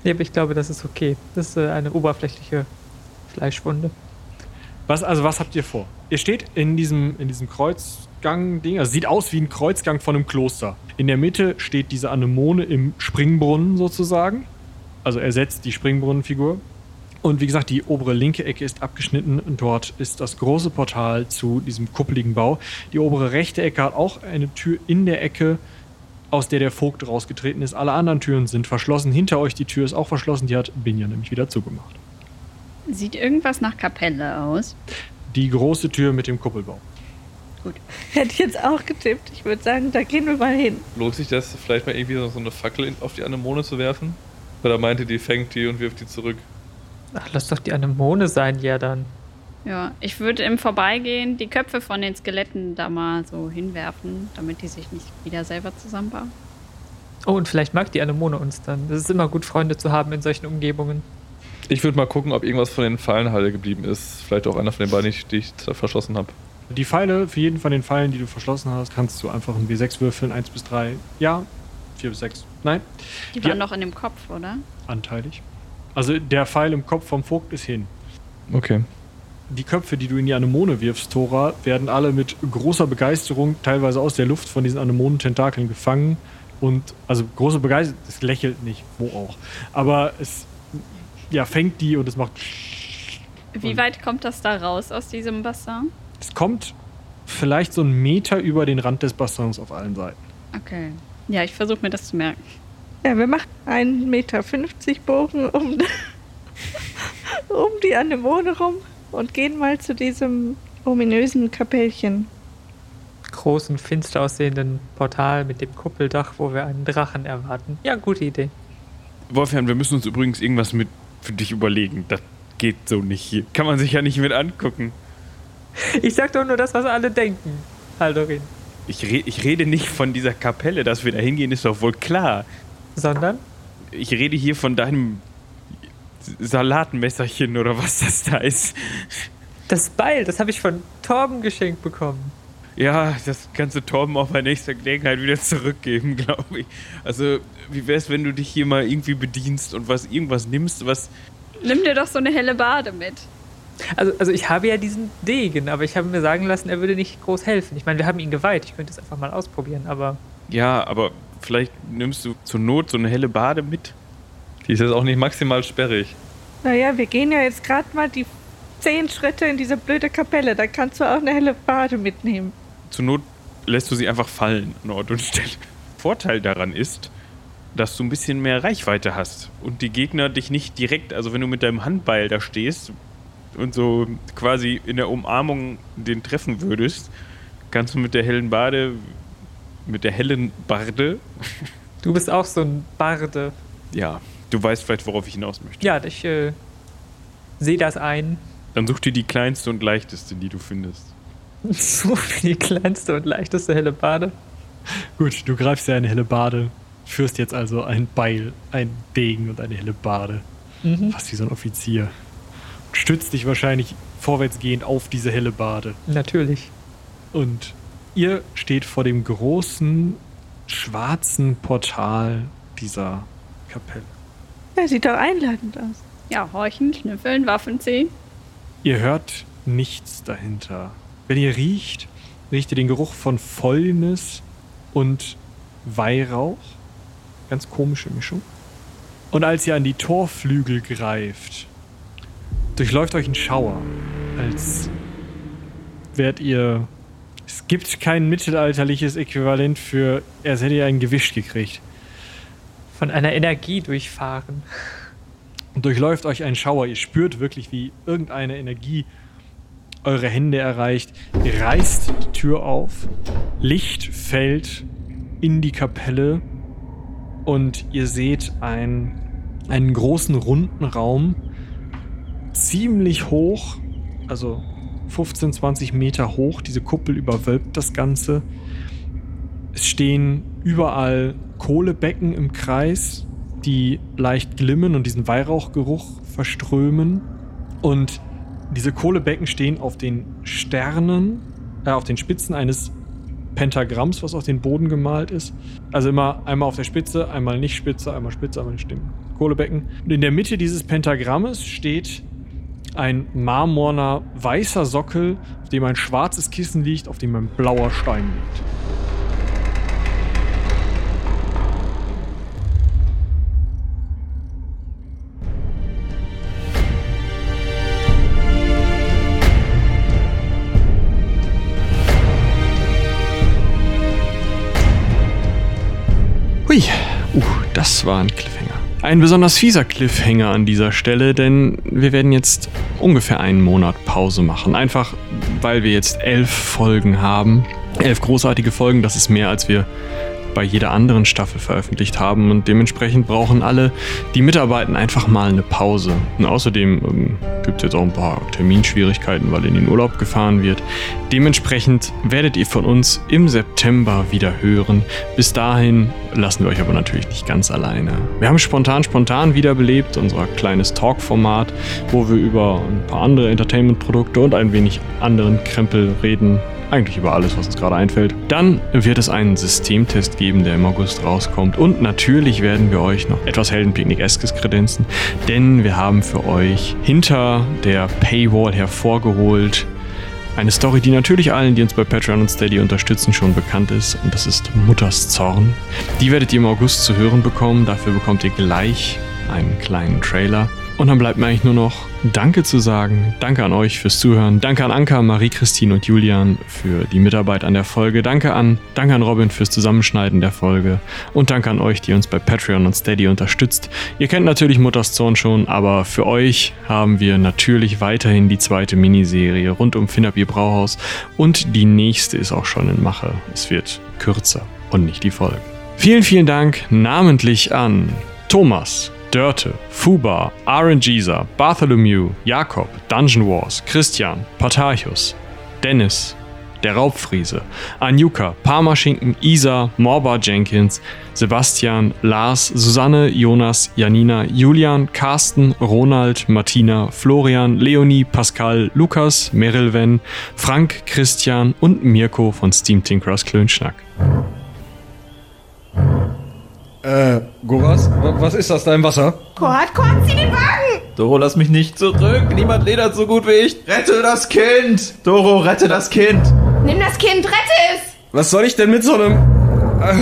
S4: Nee, aber ich glaube, das ist okay. Das ist äh, eine oberflächliche Fleischwunde.
S7: Was, also was habt ihr vor? Ihr steht in diesem, in diesem Kreuzgang-Ding, also sieht aus wie ein Kreuzgang von einem Kloster. In der Mitte steht diese Anemone im Springbrunnen sozusagen. Also ersetzt die Springbrunnenfigur. Und wie gesagt, die obere linke Ecke ist abgeschnitten und dort ist das große Portal zu diesem kuppeligen Bau. Die obere rechte Ecke hat auch eine Tür in der Ecke, aus der der Vogt rausgetreten ist. Alle anderen Türen sind verschlossen. Hinter euch die Tür ist auch verschlossen. Die hat Binja nämlich wieder zugemacht.
S9: Sieht irgendwas nach Kapelle aus.
S7: Die große Tür mit dem Kuppelbau.
S5: Hätte ich jetzt auch getippt. Ich würde sagen, da gehen wir mal hin.
S2: Lohnt sich das, vielleicht mal irgendwie so- so eine Fackel in- auf die Anemone zu werfen? Weil er meinte, die fängt die und wirft die zurück.
S4: Ach, lass doch die Anemone sein, ja dann.
S9: Ja, ich würde im Vorbeigehen die Köpfe von den Skeletten da mal so hinwerfen, damit die sich nicht wieder selber zusammenbauen.
S4: Oh, und vielleicht mag die Anemone uns dann. Das ist immer gut, Freunde zu haben in solchen Umgebungen.
S2: Ich würde mal gucken, ob irgendwas von den Fallen halt geblieben ist. Vielleicht auch einer von den beiden, die ich, die ich verschossen habe.
S7: Die Pfeile, für jeden von den Pfeilen, die du verschlossen hast, kannst du einfach einen W6 würfeln. 1 bis 3, ja. 4 bis 6, nein.
S9: Die
S7: Ja.
S9: waren doch in dem Kopf, oder?
S7: Anteilig. Also der Pfeil im Kopf vom Vogt ist hin.
S2: Okay.
S7: Die Köpfe, die du in die Anemone wirfst, Tora, werden alle mit großer Begeisterung, teilweise aus der Luft von diesen Anemonen-Tentakeln gefangen. Und, also große Begeisterung, es lächelt nicht, wo auch. Aber es, ja, fängt die und es macht
S9: Wie
S7: Und-
S9: weit kommt das da raus aus diesem Bassin?
S7: Es kommt vielleicht so einen Meter über den Rand des Bastons auf allen Seiten.
S9: Okay. Ja, ich versuche mir das zu merken.
S5: Ja, wir machen 1,50 Meter Bogen um, um die Anemone rum und gehen mal zu diesem ominösen Kapellchen.
S4: Großen, finster aussehenden Portal mit dem Kuppeldach, wo wir einen Drachen erwarten. Ja, gute Idee.
S8: Wolfherrn, wir müssen uns übrigens irgendwas mit für dich überlegen. Das geht so nicht hier. Kann man sich ja nicht mit angucken.
S4: Ich sag doch nur das, was alle denken. Haldorin.
S8: Ich, re ich rede nicht von dieser Kapelle, dass wir da hingehen, ist doch wohl klar.
S4: Sondern?
S8: Ich rede hier von deinem S- Salatmesserchen oder was das da ist.
S4: Das Beil, das habe ich von Torben geschenkt bekommen.
S8: Ja, das kannst du Torben auch bei nächster Gelegenheit wieder zurückgeben, glaube ich. Also, wie wär's, wenn du dich hier mal irgendwie bedienst und was irgendwas nimmst, was.
S9: Nimm dir doch so eine helle Bade mit.
S4: Also, also ich habe ja diesen Degen, aber ich habe mir sagen lassen, er würde nicht groß helfen. Ich meine, wir haben ihn geweiht. Ich könnte es einfach mal ausprobieren, aber
S8: Ja, aber vielleicht nimmst du zur Not so eine helle Bade mit.
S2: Die ist jetzt auch nicht maximal sperrig.
S5: Naja, wir gehen ja jetzt gerade mal die zehn Schritte in diese blöde Kapelle. Da kannst du auch eine helle Bade mitnehmen.
S8: Zur Not lässt du sie einfach fallen an Ort und Stelle. Vorteil daran ist, dass du ein bisschen mehr Reichweite hast und die Gegner dich nicht direkt, also wenn du mit deinem Handbeil da stehst und so quasi in der Umarmung den treffen würdest, kannst du mit der hellen Bade, mit der hellen Barde,
S4: du bist auch so ein Barde.
S8: ja, du weißt vielleicht, worauf ich hinaus möchte.
S4: Ja, ich äh, sehe das ein.
S8: Dann such dir die kleinste und leichteste, die du findest.
S4: So für die kleinste und leichteste helle Bade.
S10: Gut, du greifst ja eine Hellebarde, führst jetzt also ein Beil, ein Degen und eine Hellebarde.
S7: Mhm.
S10: Fast wie so ein Offizier. Und stützt dich wahrscheinlich vorwärtsgehend auf diese Hellebarde.
S4: Natürlich.
S10: Und ihr steht vor dem großen schwarzen Portal dieser Kapelle.
S5: Ja, sieht doch einladend aus.
S6: Ja, horchen, schnüffeln, Waffen ziehen.
S10: Ihr hört nichts dahinter. Wenn ihr riecht, riecht ihr den Geruch von Fäulnis und Weihrauch. Ganz komische Mischung. Und als ihr an die Torflügel greift, durchläuft euch ein Schauer, als wärt ihr... Es gibt kein mittelalterliches Äquivalent für, als hättet ihr einen Gewicht gekriegt.
S4: Von einer Energie durchfahren.
S10: und durchläuft euch ein Schauer. Ihr spürt wirklich, wie irgendeine Energie eure Hände erreicht. Ihr reißt die Tür auf, Licht fällt in die Kapelle und ihr seht ein, einen großen runden Raum, ziemlich hoch, also 15, 20 Meter hoch. Diese Kuppel überwölbt das Ganze. Es stehen überall Kohlebecken im Kreis, die leicht glimmen und diesen Weihrauchgeruch verströmen. Und diese Kohlebecken stehen auf den Sternen, äh, auf den Spitzen eines Pentagramms, was auf den Boden gemalt ist. Also immer einmal auf der Spitze, einmal nicht Spitze, einmal Spitze, einmal nicht Kohlebecken. Und in der Mitte dieses Pentagrammes steht ein marmorner weißer Sockel, auf dem ein schwarzes Kissen liegt, auf dem ein blauer Stein liegt.
S7: Hui, uh, das war ein Cliffhanger. Ein besonders fieser Cliffhanger an dieser Stelle, denn wir werden jetzt ungefähr einen Monat Pause machen. Einfach, weil wir jetzt elf Folgen haben. Elf großartige Folgen, das ist mehr, als wir bei jeder anderen Staffel veröffentlicht haben. Und dementsprechend brauchen alle, die mitarbeiten, einfach mal eine Pause. Und außerdem ähm, gibt es jetzt auch ein paar Terminschwierigkeiten, weil in den Urlaub gefahren wird. Dementsprechend werdet ihr von uns im September wieder hören. Bis dahin lassen wir euch aber natürlich nicht ganz alleine. Wir haben spontan, spontan wiederbelebt, unser kleines Talk-Format, wo wir über ein paar andere Entertainment-Produkte und ein wenig anderen Krempel reden. Eigentlich über alles, was uns gerade einfällt. Dann wird es einen Systemtest geben, der im August rauskommt. Und natürlich werden wir euch noch etwas Heldenpicknick-eskes kredenzen, denn wir haben für euch hinter der Paywall hervorgeholt eine Story, die natürlich allen, die uns bei Patreon und Steady unterstützen, schon bekannt ist. Und das ist Mutters Zorn. Die werdet ihr im August zu hören bekommen. Dafür bekommt ihr gleich einen kleinen Trailer. Und dann bleibt mir eigentlich nur noch Danke zu sagen. Danke an euch fürs Zuhören. Danke an Anka, Marie-Christine und Julian für die Mitarbeit an der Folge. Danke an, danke an Robin fürs Zusammenschneiden der Folge. Und danke an euch, die uns bei Patreon und Steady unterstützt. Ihr kennt natürlich Mutters Zorn schon, aber für euch haben wir natürlich weiterhin die zweite Miniserie rund um Finnerbier Brauhaus. Und die nächste ist auch schon in Mache. Es wird kürzer und nicht die Folgen. Vielen, vielen Dank namentlich an Thomas, Dörte, Fuba, RNGeser, Bartholomew, Jakob, Dungeon Wars, Christian, Patarchus, Dennis, der Raubfriese, Anjuka, Parmaschinken, Isa, Morba Jenkins, Sebastian, Lars, Susanne, Jonas, Janina, Julian, Carsten, Ronald, Martina, Florian, Leonie, Pascal, Lukas, Merilven, Frank, Christian und Mirko von Steam Tinkerers Klönschnack.
S2: Äh, Goras, wa- was ist das da im Wasser?
S11: Kurt, Kurt, zieh den Wagen!
S12: Doro, lass mich nicht zurück. Niemand ledert so gut wie ich. Rette das Kind! Doro, rette das Kind!
S11: Nimm das Kind, rette es!
S2: Was soll ich denn mit so einem... Ah,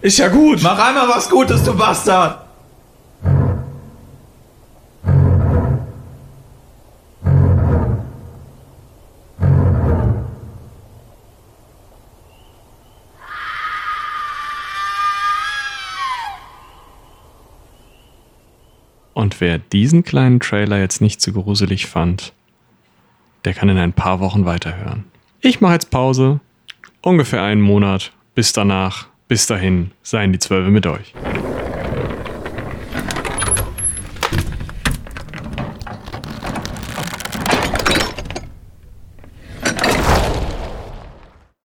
S2: ist ja gut.
S12: Mach einmal was Gutes, du Bastard!
S7: Und wer diesen kleinen Trailer jetzt nicht zu gruselig fand, der kann in ein paar Wochen weiterhören. Ich mache jetzt Pause. Ungefähr einen Monat. Bis danach. Bis dahin seien die Zwölfe mit euch.